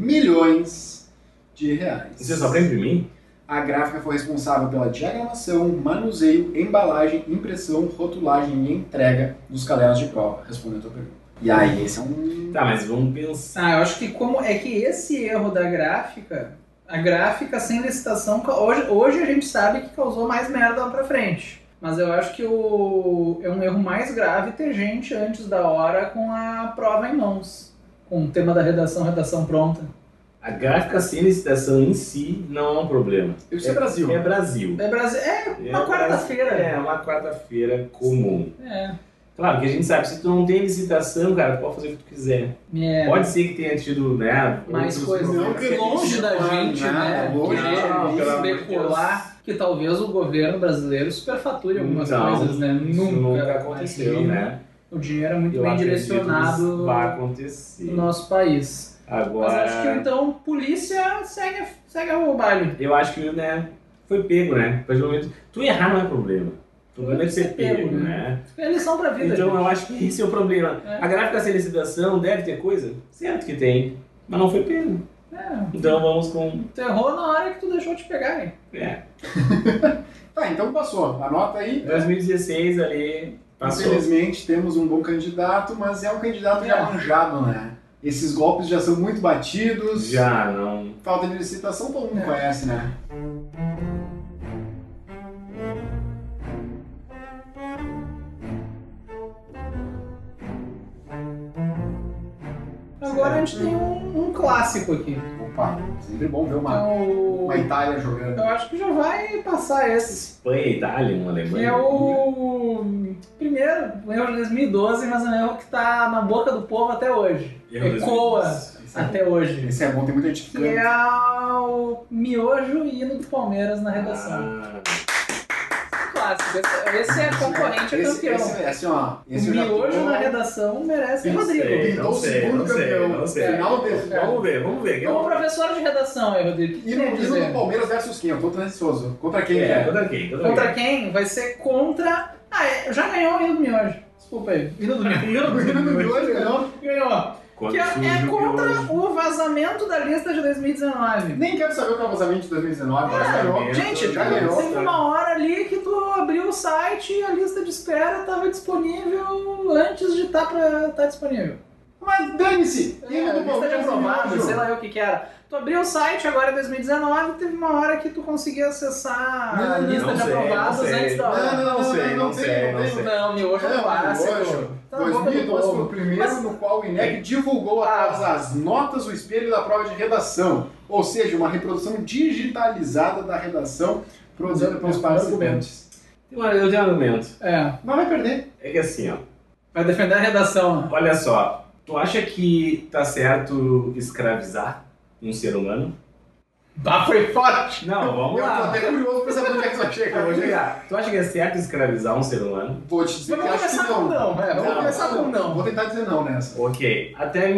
milhões de reais.
Você só pra imprimir?
A gráfica foi responsável pela diagramação, manuseio, embalagem, impressão, rotulagem e entrega dos cadernos de prova, respondendo a tua pergunta. E aí, esse é um...
Tá, mas vamos pensar.
Ah, eu acho que como é que esse erro da gráfica, a gráfica sem licitação, ca- hoje, hoje a gente sabe que causou mais merda lá pra frente. Mas eu acho que o, é um erro mais grave ter gente antes da hora com a prova em mãos. Com o tema da redação, redação pronta.
A gráfica sem licitação em si não é um problema.
Isso é Brasil.
É Brasil.
É, Brasil, é uma quarta-feira.
É, uma quarta-feira comum.
É.
Claro que a gente sabe, se tu não tem licitação, cara, tu pode fazer o que tu quiser.
é.
Pode ser que tenha tido, né?
Mais
outros
coisa.
problemas.
não que
longe da
não,
gente,
nada,
né?
longe,
querer
não, pelo amor de
especular que talvez o governo brasileiro superfature algumas
Não,
coisas, né?
Então, isso
Nunca,
nunca aconteceu,
Aqui,
né?
O dinheiro é muito
Eu
bem
acredito que isso
direcionado
Vai
no
acontecer.
nosso país. Mas acho que
Agora,
então polícia segue, segue o baile.
eu acho que, né, foi pego, né? Mas, no momento, tu errar não é problema. O problema é ser
Ser pego,
pego,
né?
né?
É lição pra vida.
Então
gente.
eu acho que esse é o problema.
É.
A gráfica sem licitação deve ter coisa? Certo que tem. Mas não foi pego.
É,
Então vamos com.
tu errou na hora que tu deixou te pegar, hein?
É.
Tá, então passou. Anota aí.
2016 ali passou.
Infelizmente temos um bom candidato, mas é um candidato
É.
já manjado, né? Esses golpes já são muito batidos.
Já não.
Falta de licitação né? todo mundo
É.
conhece, né?
agora a gente tem um, um clássico aqui.
Opa, sempre bom ver uma,
Então,
uma Itália jogando.
eu acho que já vai passar esse.
Espanha, Itália, uma
Que
Alemanha.
é o primeiro, o erro de 2012, mas é um erro que tá na boca do povo até hoje.
Erro
Ecoa
2012.
Esse é bom.
até hoje.
Esse é bom, tem muita gente que
Que
canta.
é o miojo e hino do Palmeiras na redação.
Ah,
Clássico. Esse- Esse é concorrente a
Esse,
campeão.
esse, assim, ó,
o
esse eu já tô-
miojo na redação merece
Não
Rodrigo.
sei.
Pintou o
sei,
segundo
não sei,
campeão.
não sei.
Final desse jogo.
Vamos ver, vamos ver.
Como Então, professor de redação aí, Rodrigo. O que
É.
tu
E
tem a
no hino
dizer?
do Palmeiras versus quem? Eu tô tão ansioso. Contra quem
É,
é?
contra quem? Contra
Contra quem? Vai ser contra. Ah, é, já ganhou o hino do miojo. Desculpa aí. Hino do
O hino
miojo.
do Miojo ganhou.
Ganhou. Que
Quando
é,
surge
é
o
contra
Piojo.
o vazamento da lista de 2019.
Nem quero saber o casamento de 2019, mas tá ganhou.
Gente,
já ganhou.
teve uma hora ali que tu abriu o site e a lista de espera estava disponível antes de estar pra tá disponível.
Mas dane-se!
É,
Hino do
lista de
Palmeiras
aprovado,
ganhou.
sei lá eu o que que era. Tu abriu o site agora em 2019 teve uma hora que tu conseguia acessar a
Não, não,
lista
não
de
sei,
aprovados
não sei.
antes da hora.
Não, não, não,
Não sei,
não,
não
tem, não
sei, não
tem.
sei.
Não, miojo é um clássico.
Miojo.
Tá na boca do
2012 foi o
povo.
primeiro
Mas- Ah.
no qual o INEC divulgou as, as notas, o espelho da prova de redação, ou seja, uma reprodução digitalizada da redação produzida pelos
É,
participantes.
Tem uma- Eu tenho um argumento.
É,
Mas vai perder.
É que assim, ó.
vai defender a redação. né?
Olha só. Tu acha que tá certo escravizar um ser humano?
Bah, foi forte.
Não, vamos
Eu tô
lá.
até curioso pra saber onde é que vai chegar.
Vamos chegar. Tu acha que é certo escravizar um ser humano?
Vou te dizer
Vamos
que acho
começar
que
com
não.
não, é, vamos
Não,
começar com não.
Vou tentar dizer não nessa.
Ok. Até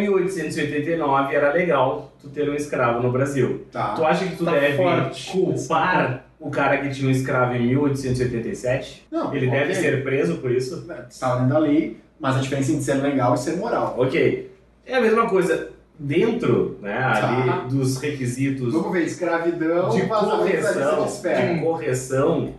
1889 era legal tu ter um escravo no Brasil.
Tá.
Tu acha que tu
Tá
deve
forte.
culpar o cara que tinha um escravo em 1887?
Não,
Ele deve
ok.
ser preso por isso?
Está dentro da lei, mas a diferença entre ser legal e ser moral.
Ok. É a mesma coisa. Dentro, né,
Tá.
ali dos requisitos
Vamos ver,
Então,
escravidão,
de
vazamentos da lista
correção,
de espera.
de correção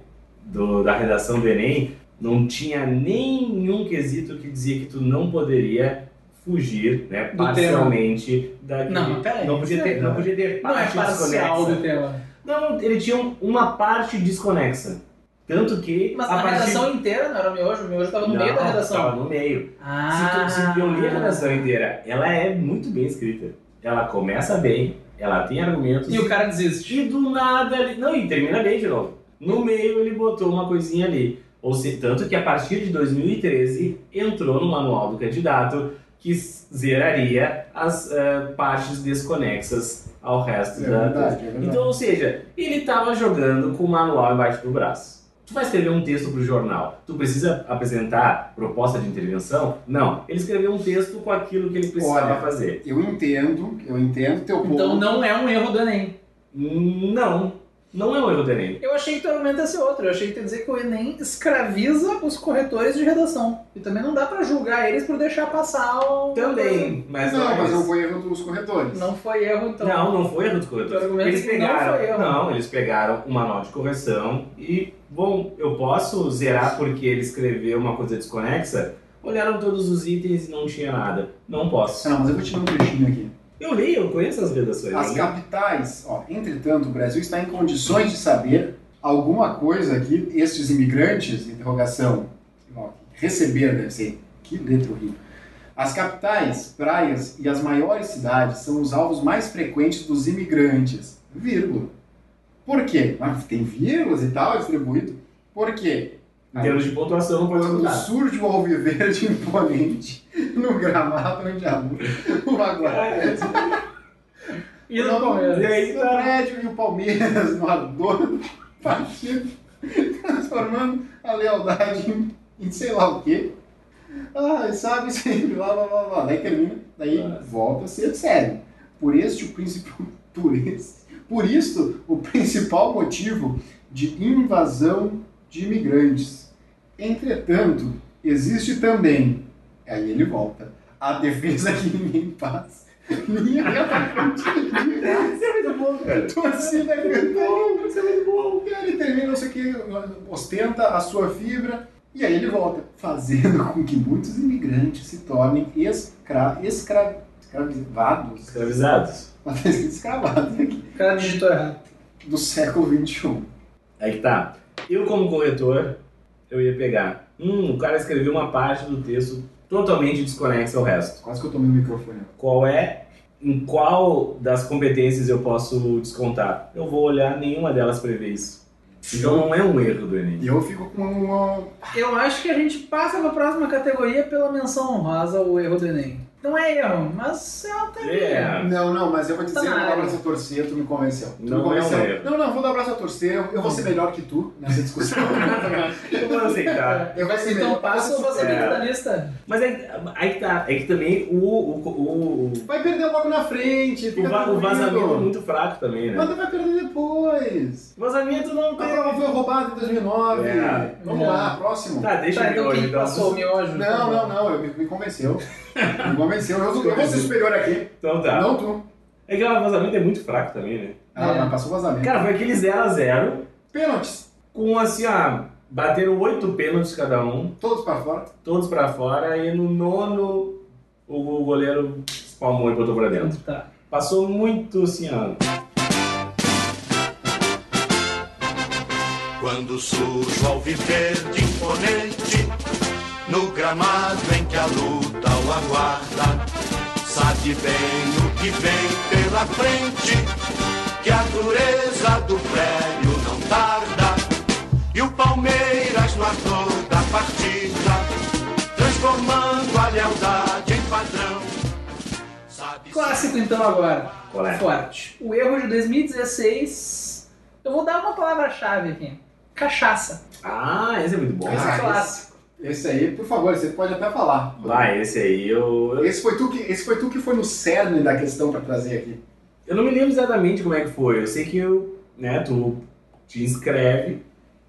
do- da redação do Enem, não tinha nenhum quesito que dizia que tu não poderia fugir, né,
Do
parcialmente daquele...
Não, mas peraí,
não podia
isso
ter,
é-
não podia ter
Não é
parte
parcial
desconexa.
do tema.
Não, ele tinha um- uma parte desconexa. Tanto que
Mas
a
a
partir...
redação inteira não era o miojo, o miojo tava no meio da
Não,
redação.
Tava no meio.
Ah,
Se tu, se eu li a redação
então-
inteira, ela é muito bem escrita. Ela começa bem, ela tem argumentos.
E o cara desiste.
E do nada ele. Não, e termina bem de novo. No meio ele botou uma coisinha ali. Ou seja, tanto que a partir de 2013 entrou no manual do candidato que s- zeraria as eh, partes desconexas ao resto
É
da.
verdade, é verdade.
Então, ou seja, ele tava jogando com o manual embaixo do braço. Tu vai escrever um texto pro jornal, tu precisa apresentar proposta de intervenção? Não, ele escreveu um texto com aquilo que ele precisava
Olha.
fazer.
Eu entendo, eu entendo teu ponto.
Então não é um erro do Enem.
Não, não é um erro do Enem.
Eu achei que teu argumento ia ser outro. Eu achei que tu ia dizer que o Enem escraviza os corretores de redação. E também não dá pra julgar eles por deixar passar o.
Também, mas tá não,
não, mas
é
não
isso.
foi um erro dos corretores.
Não foi erro, então.
Não, não foi erro dos
Teu
corretores.
argumento
Eles
é que não
pegaram,
foi erro.
não, eles pegaram o manual de correção e, bom, eu posso zerar porque ele escreveu uma coisa desconexa? Olharam todos os itens e não tinha nada. Não posso.
Ah, mas eu vou te dar um trechinho aqui.
Eu li, eu conheço as redações.
As
eu li.
capitais, ó, entretanto, o Brasil está em condições de saber alguma coisa que estes imigrantes, interrogação, ó, receber deve ser, que letra horrível. As capitais, praias e as maiores cidades são os alvos mais frequentes dos imigrantes, vírgula. Por quê? Mas tem vírgulas e tal é distribuído. Por quê?
Em termos de pontuação, não pode
Quando
mudar.
surge o alviverde imponente no gramado onde a lua o aguarda.
E no
Não,
Palmeiras.
E aí,
No
tá.
prédio e o Palmeiras no ardor do partido, transformando a lealdade em, em sei lá o quê. Ah, sabe, sempre blá blá blá blá. Daí termina, daí
É.
Ah.
volta a ser sério. Por este o príncipe. Por, este, por isto, o principal motivo de invasão de imigrantes. Entretanto, existe também. Aí ele volta. A defesa que ninguém faz. Minha um
Isso é muito bom, cara.
torcida cantando.
Bom, isso é muito bom.
E aí ele termina, não sei o que, ostenta a sua fibra, e aí ele volta, fazendo com que muitos imigrantes se tornem escra escra escravizados.
Escravizados.
Mas tá escrito escravados aqui.
O cara digitou errado.
Do século um. XXI.
Aí que tá. Eu, como corretor, eu ia pegar. Hum, o cara escreveu uma parte do texto totalmente desconexa ao resto.
Quase que eu tomei o microfone.
Qual é, em qual das competências eu posso descontar? Eu vou olhar, nenhuma delas prevê isso. Então não é um erro do Enem.
E eu fico com uma.
Eu acho que a gente passa para a próxima categoria pela menção honrosa ao erro do Enem. Não é erro, mas é uma tarefa.
É.
Não, não, mas eu vou dizer,
Tá
eu
na
vou dar um
área.
abraço a torcer, tu me convenceu. Tu
Não é
me
um
convenceu.
erro.
não, não, vou dar abraço a torcer, eu vou ser melhor que tu nessa discussão.
Eu vou aceitar.
eu vou ser
Então
melhor.
passa ou você
É.
fica da lista?
Mas é, aí que tá. É que também o, o, o,
Vai perder um pouco na frente,
o,
fica
va- o
tranquilo.
vazamento é muito fraco também, né?
Mas tu vai perder depois.
O vazamento não
A
tem.
prova foi roubada em 2009.
É.
Vamos
É.
lá, próximo.
Tá, deixa
tá,
eu ver
então
hoje.
quem
então.
passou o miojo?
Não, não, não, eu me, me convenceu. Me convenceu. Eu, eu vou ser superior aqui.
Então tá.
Não tu.
É que o vazamento é muito fraco também, né?
Ah,
É.
mas passou vazamento.
Cara, foi aquele 0x0
Pênaltis.
com assim, ó. Bateram oito pênaltis cada um,
Todos pra fora.
todos pra fora, e no nono o goleiro espalmou e botou pra dentro.
Tá.
Passou muito assim, ó.
Quando surge o alviverde imponente No gramado em que a luta o aguarda Sabe bem o que vem pela frente Que a dureza do prédio não tarda E o Palmeiras no ator da partida Transformando a lealdade em padrão Sabe
Clássico então agora.
Qual é?
Forte. O erro de 2016. Eu vou dar uma palavra-chave aqui. Cachaça.
Ah, esse é muito bom.
Esse é
Esse clássico.
Esse aí, por favor, você pode até falar.
Vai, esse aí eu, eu.
Esse foi, tu que, esse foi tu que foi no cerne da questão pra trazer aqui.
eu não me lembro exatamente como é que foi. Eu sei que eu, né, tu te inscreve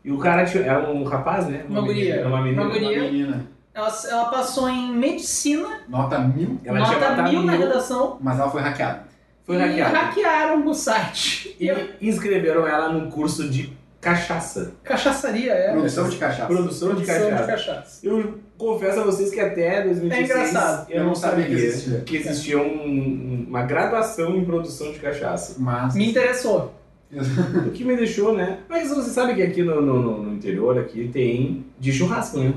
e o cara te- era um rapaz, né?
Uma guria.
Menina, uma menina.
Uma guria.
Uma menina,
Ela, ela passou em medicina,
nota mil,
Ela tinha
nota
matado
mil né? na
mil,
redação,
mas ela foi hackeada.
foi
e
hackeada.
hackearam o site. E eu-
E inscreveram ela num curso de cachaça.
cachaçaria, é.
Produção de cachaça.
Produção de
Produção
cachaça.
cachaça.
Eu confesso a vocês que até 2016
É engraçado.
eu,
Eu
não
não sabia
sabia
que existia.
que existia um- uma graduação em produção de cachaça.
Mas.
Me interessou.
O que me deixou, né? Mas você sabe que aqui no, no- no- no interior aqui tem de churrasco, né?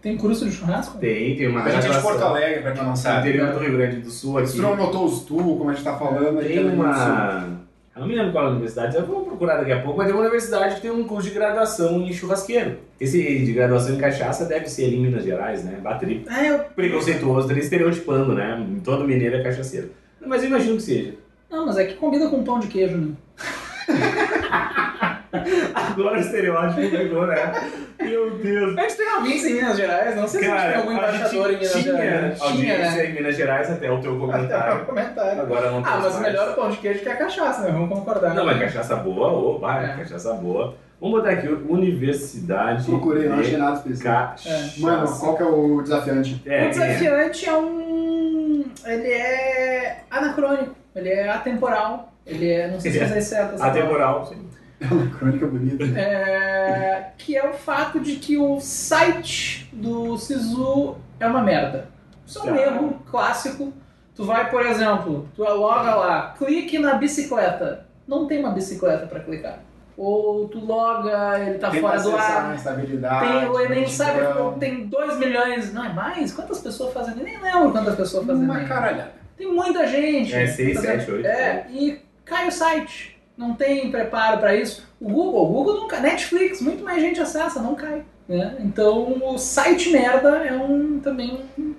Tem curso de churrasco?
Tem, tem uma
A gente é de Porto
graduação.
Alegre, pra quem não
No
sabe.
interior do Rio Grande do Sul aqui.
Se tu não notou os tu, como a gente tá falando, aqui
Tem
no Rio Grande do Sul.
uma. Eu não me lembro qual é a universidade, eu vou procurar daqui a pouco, mas tem uma universidade que tem um curso de graduação em churrasqueiro. Esse de graduação em cachaça deve ser ali em Minas Gerais, né? Bateria
Ah, eu...
preconceituoso, ele estereotipando, né? Todo mineiro é cachaceiro. Mas eu imagino que seja.
Não, mas é que combina com pão de queijo, né?
Agora o estereótipo pegou, né? Meu Deus.
A gente tem audiência em Minas Gerais, não sei se a gente tem algum
Cara, a
embaixador em
gente
Minas
tinha
Gerais.
audiência em Minas Gerais até o
Até
teu
o
comentário.
comentário.
Agora não tem
Ah, mas o
mais.
melhor pão de queijo que é a cachaça, né? Vamos concordar.
Não, mas cachaça boa, ô, vai,
É.
cachaça boa. Vamos botar aqui, Universidade
Procurei, não
de
achei nada específico.
Cachaça.
é Mano, qual que é o desafiante?
É,
o desafiante é. um. Ele é anacrônico, ele é atemporal. Ele é. Não sei se
Ele é
vocês certo essa palavra.
Atemporal.
É uma crônica bonita.
É, que é o fato de que o site do Sisu é uma merda. Isso é um
Tá.
erro clássico. Tu vai, por exemplo, tu loga lá, clique na bicicleta. Não tem uma bicicleta pra clicar. Ou tu loga, ele tá
Tenta
fora do
acessar
né?
ar.
a Instabilidade,
Tem, o Enem
multidão.
sabe que tem 2 milhões, não é mais? Quantas pessoas fazem Enem? Nem lembro quantas pessoas fazem
Uma
Enem.
caralhada.
Tem muita gente.
É, seis,
fazendo-
sete, oito. né?
É, e cai o site. Não tem preparo pra isso. O Google, o Google não cai. Netflix, muito mais gente acessa, não cai. Né? Então o site merda é um também um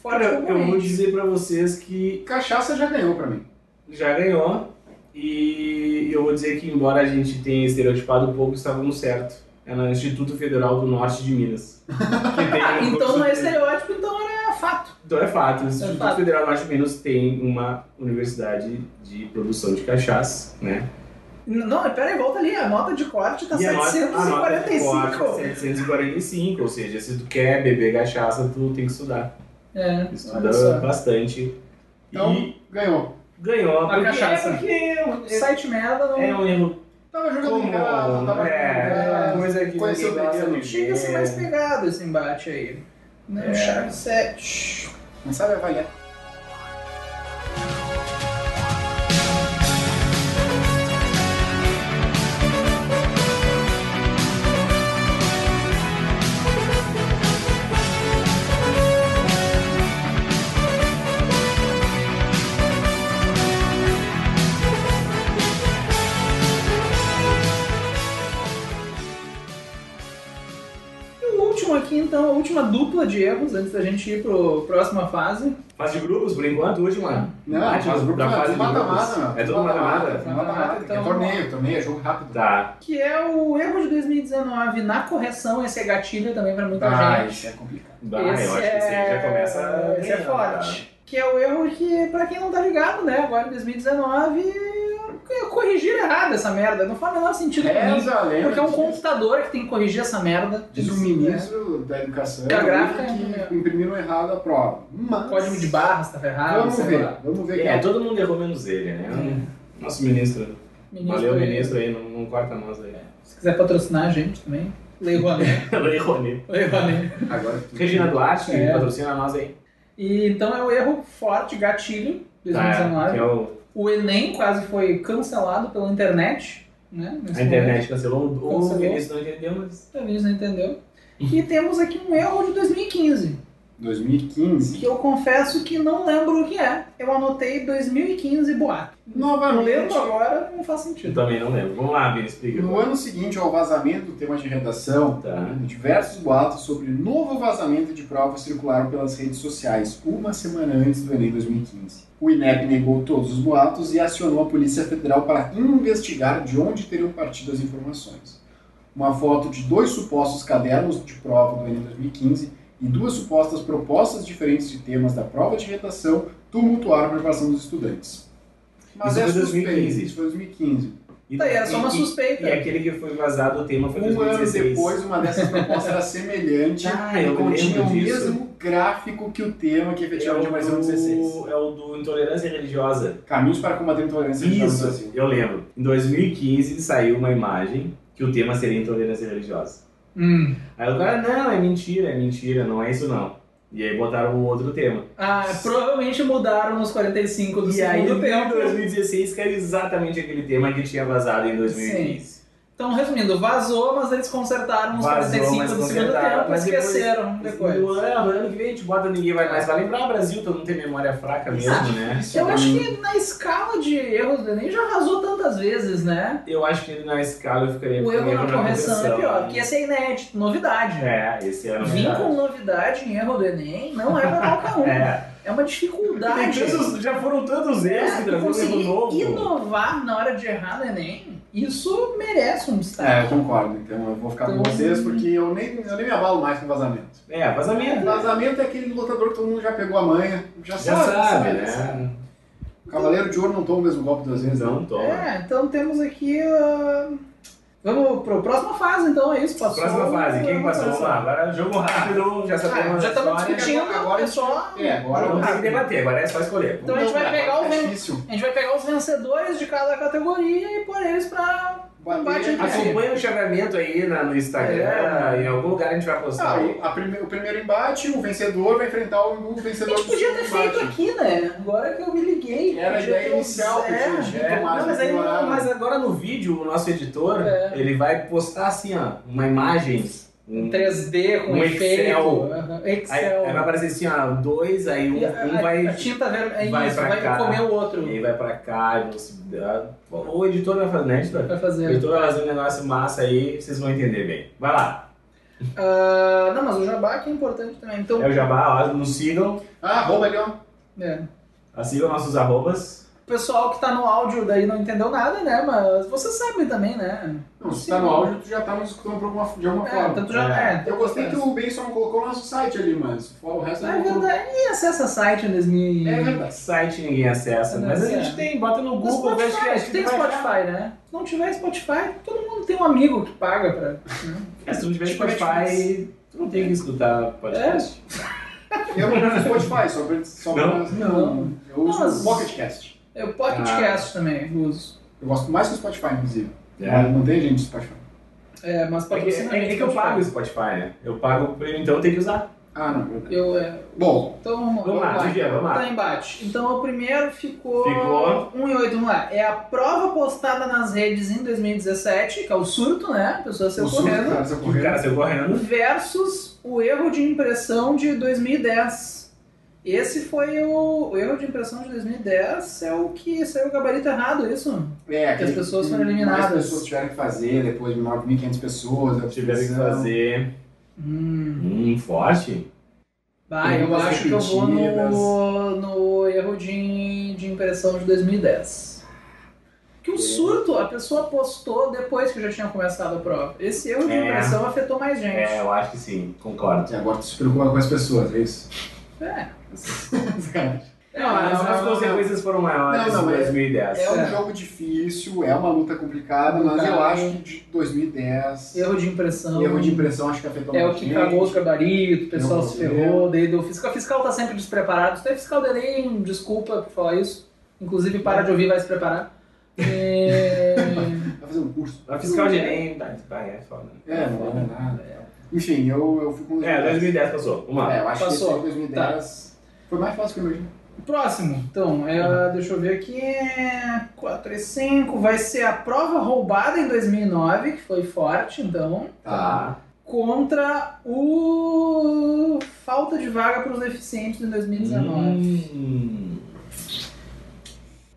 forte
Cara, eu vou
componente.
dizer pra vocês que
Cachaça já ganhou pra mim.
já ganhou. E eu vou dizer que, embora a gente tenha estereotipado um pouco, estávamos certo. É no Instituto Federal do Norte de Minas. Que tem
Ah,
um
então
curso
não é
de-
estereótipo, então era fato.
Então é fato, o Instituto
fato.
Federal Norte de Minas tem uma universidade de produção de cachaça, né?
Não, pera aí, volta ali. A nota de corte tá
E a nota- a nota de
745.
corte é 745, ou seja, se tu quer beber cachaça, tu tem que estudar.
é, olha
Estuda
só.
bastante.
Então,
E
ganhou.
ganhou
A
porque-
cachaça.
é porque
Site merda não.
é um erro
Tava jogando em
comum.
casa, tava
É, é uma
jogando em casa.
coisa que
Conheceu
ninguém gosta
pequeno.
de
Chega a ser mais
ver.
pegado esse embate aí. Né? Não,
É.
chave 7.
Não sabe avaliar.
então, última dupla de erros antes da gente ir pro próxima fase.
Fase de grupos, por enquanto, última.
Não,
Bate
mas
do-
grupo
da
não, é
fase
tudo
de grupos.
mata-mata, meu.
É tudo mata-mata.
Mata-mata,
Então-
é torneio, torneio, é jogo rápido.
Tá.
Que é o erro de 2019 na correção, esse é gatilho também pra muita
Tá,
Ah,
gente. né?
isso é complicado.
Bah, eu acho que esse aí já começa. a
Esse é
ganhar,
forte. Que é o erro que, pra quem não tá ligado, né? Agora em 2019, eu é corrigir errado essa merda. Não faz o menor sentido pra mim.
Reza a lenda
Porque é um
disso.
computador que tem que corrigir essa merda. né?
Diz o ministro da Educação
Da gráfica,
que
né?
imprimiram errado a prova. Mas.
Código de barras tá ferrado.
Vamos
sei
ver,
lá.
vamos ver.
É,
quem
todo mundo errou menos ele, né?
Hum.
Nosso ministro.
Ministro
Valeu,
aí.
ministro aí, não, não corta nós aí.
Se quiser patrocinar a gente também. Lei Rouanet.
Ela errou nele.
Lei Rouanet.
Agora tudo.
Regina Duarte,
É.
patrocina nós aí.
E então é o erro forte, gatilho,
Tá,
2019.
que é o,
O Enem quase foi cancelado pela internet. Né?
a
nesse
internet cancelou. um- O
Cancelou.
ministro não entendeu, mas.
Talvez não entendeu. E temos aqui um erro de 2015,
2015.
que eu confesso que não lembro o que é. Eu anotei 2015 boato. Lendo
Novamente.
agora não faz
Eu
sentido.
também não lembro. Vamos lá, Vini, explica. é.
No ano seguinte ao vazamento do tema de redação,
Tá.
diversos boatos sobre novo vazamento de provas circularam pelas redes sociais uma semana antes do Enem 2015. O INEP negou todos os boatos e acionou a Polícia Federal para investigar de onde teriam partido as informações. Uma foto de dois supostos cadernos de prova do Enem 2015 e duas supostas propostas diferentes de temas da prova de redação tumultuaram a preparação dos estudantes. Mas
Isso
é
foi
suspeito,
2015.
isso foi 2015.
E,
Tá, e era só uma
e-
suspeita.
E é aquele que foi vazado, o tema foi
Um ano
2016.
depois, uma dessas propostas era semelhante
Tá,
Ah,
e
eu me
continha
lembro
o
disso.
mesmo gráfico que o tema que
É
efetivamente apareceu no
o,
16.
do, é o do Intolerância Religiosa.
Caminhos para combater a intolerância racial no
Isso,
Brasil.
então, eu lembro. Em 2015 saiu uma imagem que o tema seria Intolerância Religiosa.
Hum.
Aí o cara, não, é mentira, é mentira, não é isso não. E aí botaram um outro tema.
Ah, provavelmente mudaram os 45 do
E aí
segundo
em
tempo.
2016 que era exatamente aquele tema que tinha vazado em 2015.
Então, resumindo, vazou, mas eles consertaram os
Vazou,
45
mas
do segundo
consertaram,
tempo,
mas depois-
esqueceram depois.
No ano, ano que vem a gente bota ninguém vai mais vai lembrar. Brasil, todo mundo tem memória fraca mesmo, né?
Isso
Eu
pra
acho
mim-
que na escala de erros do Enem já vazou tantas vezes, né?
Eu acho que ele na escala eu ficaria
O
com
erro na correção é pior, porque esse é inédito, novidade.
É, esse ano.
Vim com novidade em erro do Enem não é pra qualquer um. É,
É.
uma
Tem
dificuldade.
tantos- já foram tantos erros
É,
que
tu
trazendo erro
conseguir
novo.
inovar na hora de errar no Enem, isso merece um destaque.
É, eu concordo. Então eu vou ficar com
Então-
vocês porque eu nem, eu nem me abalo mais com vazamento.
É, vazamento.
Vazamento é aquele lutador que todo mundo já pegou a manha, já,
Já
sabe.
sabe,
sabe?
né?
O Cavaleiro de Ouro não toma o mesmo golpe duas vezes, né? não.
Não toma.
É, então temos aqui. ah, Vamos pro próxima fase, então, é isso. Passou.
Próxima fase, quem
um-
passou? Vamos lá, agora é um jogo rápido, já
Ah,
sabemos.
já
a
estamos
história.
discutindo,
Agora-
é só.
É, agora
Agora vamos ter que debater, agora é só escolher.
Então a gente vai pegar o
é
ven-
difícil.
A gente vai pegar os vencedores de cada categoria e pôr eles pra. Bate
Bater,
entre si.
assim,
Acompanha o chaveamento aí na- no
É.
Instagram, em algum lugar a gente vai postar
Ah,
aí.
o- a prime- o primeiro embate, o vencedor vai enfrentar o o
A
vencedor
gente
do
podia
segundo
ter feito
embate.
aqui, né? Agora que eu me liguei.
Era a
podia
ideia
ter-
inicial que né?
É.
eu tinha
É,
tomado.
não, mas, aí-
claro.
mas agora no vídeo, o nosso editor,
É.
ele vai postar assim, ó, uma imagem. um-
3D com
Um
efeito.
Excel.
Aham,
aí,
Excel.
aí vai aparecer assim, ó, dois, aí um,
E
um
a,
vai.
a tinta vermelha
vai
isso,
pra
vai
cá.
comer o outro.
E aí vai pra cá, e vão se dar. Ou o editor vai fazer, né, editor?
Vai
O
fazer.
editor vai fazer um negócio massa aí, vocês vão entender bem. Vai lá,
Ah, não, mas o jabá que é importante também. Então,
é o Jabá, ó, nos sigam,
Ah, rouba ali, ó.
é.
sigam nossos arrobas.
o pessoal que tá no áudio daí não entendeu nada, né? Mas vocês sabem também, né?
Não, se
Sim.
tá no áudio, tu já tá nos escutando por alguma- de alguma
É,
forma.
tanto já.
É.
É, tanto
Eu gostei que
faz.
o Benson colocou o nosso site ali, mas fora o resto
É
ele colocou.
verdade. E acessa site em 2000.
É verdade.
Site ninguém acessa,
Não,
mas a
é.
gente tem, bota no
No
Google, veja que a
Spotify,
gente
tem
vai achar.
Spotify, né? Se não tiver Spotify, todo mundo tem um amigo que paga pra. né?
É, se tu não tiver
Tipo
Spotify, tu não tem que escutar podcast.
Eu não uso Spotify, só pra. Só
Não?
pra não. Eu uso
Não, mas-
o Pocketcast.
É o Pocketcast
Ah.
também, eu uso.
Eu gosto mais que o Spotify, inclusive.
É.
Não tem gente do Spotify.
É, mas
É que,
patrocina a
é-
gente,
é que eu
Spotify.
pago o Spotify, né? Eu pago o prêmio, então tem que usar.
Ah, não, verdade.
Eu, é,
Bom,
então vamos lá.
Vamos lá, Vivian, vamos
Tá
lá.
embate. Então o primeiro ficou,
Ficou.
1 e 8, vamos lá. É a prova postada nas redes em 2017, que é o surto, né? A pessoa saiu
o surto,
correndo.
cara, saiu
O cara
correndo.
saiu correndo.
Versus o erro de impressão de 2010. Esse foi o, o erro de impressão de 2010, é o que saiu o gabarito errado, isso?
É,
que as pessoas foram
mais
eliminadas.
pessoas tiveram que fazer, depois 9.500 pessoas.
Tiveram que fazer.
Hum.
Hum, forte.
Vai, eu
Perguntas
acho que eu vou no,
repetidas.
no erro de, de impressão de 2010. Que o surto a pessoa postou depois que já tinha começado a prova. Esse erro de
É.
impressão afetou mais gente.
É,
É.
eu acho que sim, concordo.
E É, agora tu se preocupa com as pessoas, é isso? Sacanagem.
Não,
Mas
mas-
as consequências foram maiores
Não, não,
em
é-
2010.
É um
É.
jogo difícil, é uma luta complicada, mas
Complicado.
eu acho que de 2010,
erro de impressão.
erro de impressão acho que afetou
É o
mais
que
gente.
cagou os gabaritos, o pessoal
Não,
se
não.
ferrou, daí deu fiscal. Fiscal tá sempre despreparado. Se tem fiscal do Enem, desculpa por falar isso. Inclusive, para de ouvir, vai se preparar. É,
Vai fazer um curso.
A fiscal de Enem, vai, vai, é foda.
É, não é nada. Enfim, eu, eu fui com
É, 2010 passou. Vamos lá.
É, eu acho
Passou. Tá.
que esse aí, 2010 foi mais fácil que né? eu imaginei.
Próximo, então, é, deixa eu ver aqui. 4 e 5 vai ser a prova roubada em 2009, que foi forte, então,
Tá.
contra o falta de vaga para os deficientes em 2019.
Hum.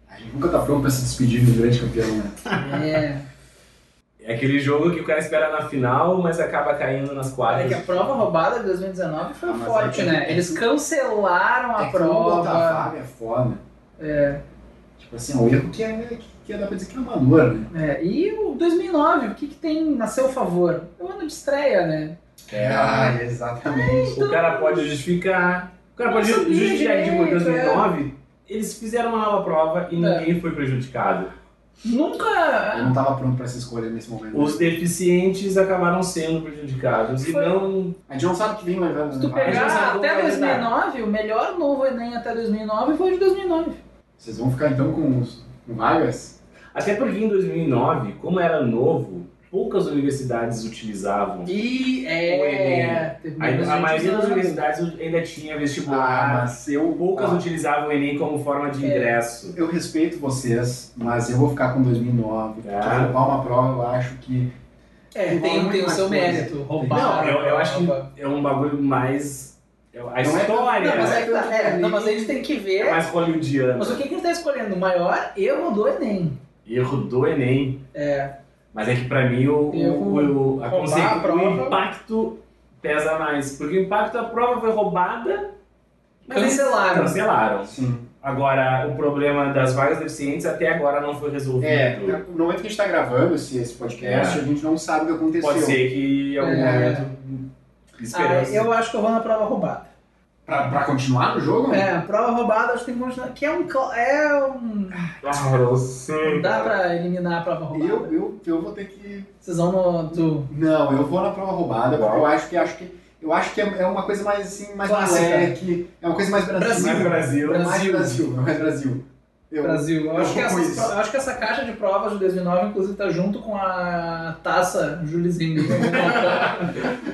A gente nunca tá pronto pra se despedir do grande campeão, né?
É,
É aquele jogo que o cara espera na final, mas acaba caindo nas
olha
quartas.
É que a prova roubada de 2019 foi
Ah, mas
forte,
é que- é
né?
que-
Eles cancelaram a
é que não botar
prova.
vaga é foda. É. Tipo assim, o erro que é, que é dá pra dizer que é amador, né?
É, e o 2009, o que, que tem a seu favor? É o ano de estreia, né?
É.
Ah, exatamente.
O cara pode justificar. O cara
Não
pode ju-
sabia
justificar que, tipo, em
direito,
2009, eles fizeram uma nova prova e
É.
ninguém foi prejudicado.
Nunca.
Eu não tava pronto pra essa escolha nesse momento.
Os deficientes acabaram sendo prejudicados e
Foi.
não.
A gente não sabe o que vem levando.
Se
né?
tu
Vai.
já sabe
pegar
como
até
vai lidar.
2009, o melhor novo Enem até 2009 foi o de 2009.
Vocês vão ficar então com os com vagas?
Até porque em 2009, como era novo, poucas universidades utilizavam.
E
O Enem.
é. teve
A,
muita
a
gente
maioria das
usando.
universidades ainda tinha vestibular.
mas eu.
Poucas
ah,
utilizavam o Enem como forma de
É.
ingresso.
Eu respeito vocês, mas eu vou ficar com 2009. Porque
Ah.
roubar uma prova, eu acho que.
É, tem, tem o seu
Muito mais
mérito. Roubar.
Não,
Eu, eu acho
roubar.
que é um bagulho mais. é- A
Não é-
história
Não, mas
é,
aí, tá, é, não, mas aí a gente tem que ver.
mais hollywoodiana.
Mas o que, que ele tá escolhendo? O maior erro do Enem.
Erro do Enem.
É.
Mas é que pra mim o,
Erro,
o, o, a
roubar
conse-
a prova.
o impacto pesa mais. Porque o impacto da prova foi roubada, mas eles
Cancelaram.
cancelaram.
Sim.
Agora, o problema das vagas deficientes até agora não foi resolvido.
É, no momento que a gente tá gravando esse, esse podcast,
É.
a gente não sabe o que aconteceu.
Pode ser que em algum
É.
momento.
Ah,
Esperança.
eu acho que eu vou na prova roubada.
Pra, pra continuar no jogo? né?
É, a prova roubada acho que tem que continuar. Que é um. cla- É um.
Ah, não sei.
Não dá
cara.
pra eliminar a prova roubada.
É, Eu, eu, eu vou ter que.
Vocês vão no. Do...
Não, eu vou na prova roubada, porque eu acho que acho que. Eu acho que é é uma coisa mais assim, mais
Clássica.
moleque, é uma coisa mais Brasil.
Mas Brasil.
É mais Brasil, é mais Brasil. Eu-
Brasil. Eu
eu
acho, que
vou com
essas
isso.
pro- eu acho que essa caixa de provas de 2009, inclusive, tá junto com a taça Julizinho.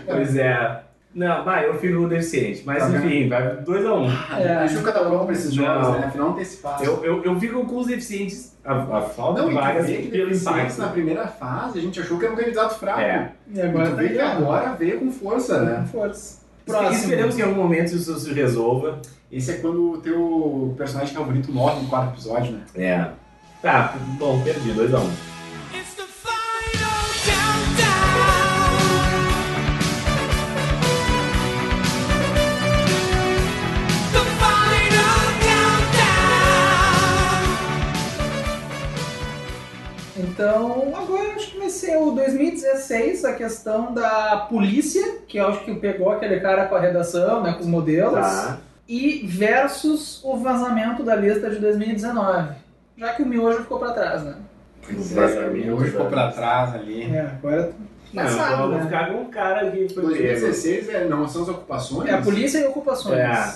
Pois é. Não, vai, eu fico deficiente. Mas
Tá vendo?
enfim, vai 2 a 1 Um.
Ah,
É.
A gente nunca tá bom pra esses jogos,
Não.
né? Afinal não tem espaço.
Eu, eu, eu fico com os deficientes. A, a falta
Não,
de
e tu
vagas
vê que
pelo
deficientes
impacto.
na primeira fase, a gente achou que era um candidato fraco.
É.
E
E
agora
tu
tá
vê que
ligado.
agora veio com força, né?
Força.
Próximo.
Próximo.
Esperemos que em algum momento isso se resolva.
Esse é quando o teu personagem favorito morre no quarto episódio, né?
É. Tá, bom, perdi, 2 a 1 um.
It's the final countdown. The final countdown.
Então, agora eu acho que vai ser o 2016, a questão da polícia, que eu acho que pegou aquele cara com a redação, né, com os modelos,
Tá.
e versus o vazamento da lista de 2019. Já que o miojo ficou pra trás, né?
Pois é,
hoje ficou pra trás ali.
É, agora
Não,
Passado,
então eu vou
né?
ficar com um cara que foi pego.
2016 é, não são as ocupações?
é a polícia e ocupações. Ah,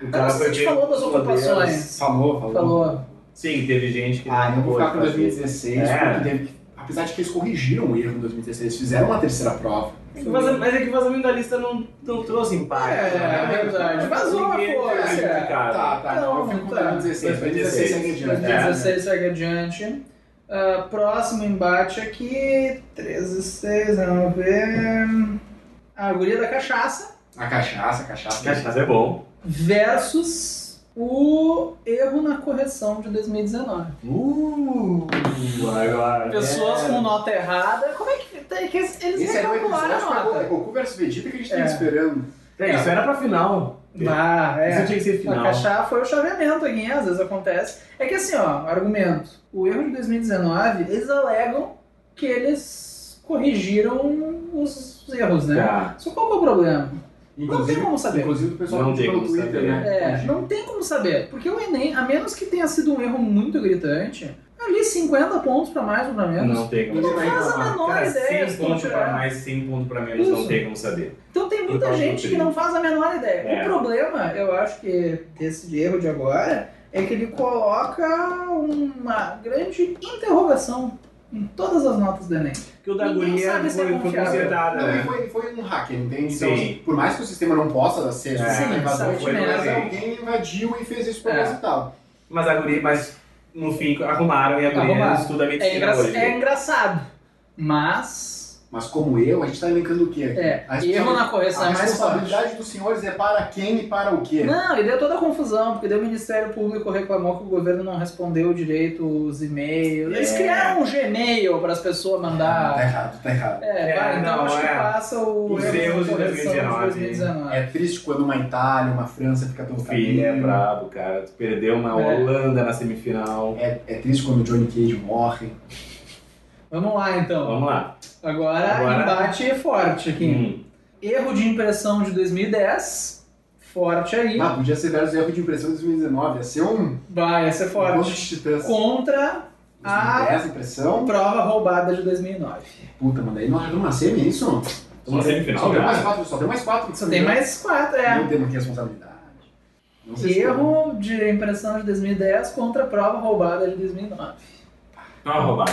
É. O
Não, mas a gente falou das
pelas
ocupações.
Falou, falou.
Falou.
Sim, teve gente que.
Ah, eu vou
pôde
ficar com
fazer.
2016,
tá É.
porque teve- apesar de que eles corrigiram o erro em 2016, fizeram uma terceira prova.
O vazamento- Mas é que o vazamento da lista não, não trouxe impacto.
É,
né?
é verdade. Vazou,
Ninguém
pô,
foi
é.
prejudicado.
Tá, tá, não, eu
Não,
fico com
tá.
2016. 2016 segue adiante.
2016 segue adiante. Ah, próximo embate aqui, 13, 6, vamos ver. A guria da cachaça
A cachaça, a cachaça.
Mas é bom.
versus o erro na correção de 2019.
Uh, né? agora.
Pessoas com nota errada. Como é que. tem que eles
Esse era o
recalcularam
episódio
a
pra
nota.
Goku vs Vegeta que a gente tava
É.
esperando.
É, isso era pra final.
Ah, é.
Isso tinha que ser
A
final.
cachá foi o chaveamento aqui, às vezes acontece. É que assim, ó, argumento. O erro de 2019, eles alegam que eles corrigiram os erros, né?
Tá.
Só qual que é o problema? Não tem
Inclusive,
como saber.
inclusive o pessoal
Não
pediu
tem
pelo
como
Twitter,
saber,
né?
É, não tem como saber. Porque o Enem, a menos que tenha sido um erro muito gritante, ali 50 pontos pra mais ou pra menos.
Não tem como
Não
saber.
faz a menor
Cara,
ideia de é.
100
quem
pontos
tirar.
pra mais, 100 pontos pra menos, não
Isso.
tem como saber.
Então tem muita
Então,
gente que
não
não faz a menor ideia.
É.
O problema, eu acho que desse erro de agora, é que ele coloca uma grande interrogação em todas as notas do Enem.
Porque o da
Ninguém
guria
sabe
foi,
se é
foi
confiável.
consertada,
Não, e
né?
foi, foi um hacker, entende?
Sim.
Então, por mais que o sistema não possa ser
É,
ser
Sim,
invasor,
sabe,
tipo,
né?
mas alguém invadiu e fez isso
É.
proposital.
Mas a guria, mas no fim arrumaram e a guria
Arrumaram.
estuda
É,
medicina
engra-
hoje.
é engraçado, mas
Mas como eu, a gente tá elencando o quê? aqui?
é,
A
erro
responsa-
na correção
a
é mais forte.
responsabilidade dos senhores é para quem e para o
é
quê?
Não, e deu toda a confusão, porque daí o Ministério Público reclamou que o governo não respondeu direito os e-mails. Eles
É.
criaram um Gmail para as pessoas
Tá
mandar.
errado, tá errado.
É,
É,
vai, então
não,
acho que
é.
passa o
Os
erro na
erros de
correção
2019.
É triste quando uma Itália, uma França fica pelo
Filho,
caminho.
é brabo, cara. Tu perdeu uma
É.
Holanda na semifinal.
É, é triste quando o Johnny Cage morre.
Vamos lá então.
Vamos lá.
Agora,
Agora-
embate forte aqui.
Hum.
Erro de impressão de 2010. Forte aí.
Ah, podia ser Velhos Erros de Impressão de 2019. Ia ser um
Vai, essa é
um monte
forte.
de titãs.
Contra Ah.
Essa impressão.
prova roubada de 2009.
Puta, mano, aí nós já estamos na semi, é isso?
Estamos na
só
semifinal,
tem mais
cara.
quatro, só tem mais quatro. né?
Só tem mais quatro, é.
Não temos aqui responsabilidade. Não sei se-
Erro de impressão de 2010 contra prova roubada de 2009.
Prova roubada.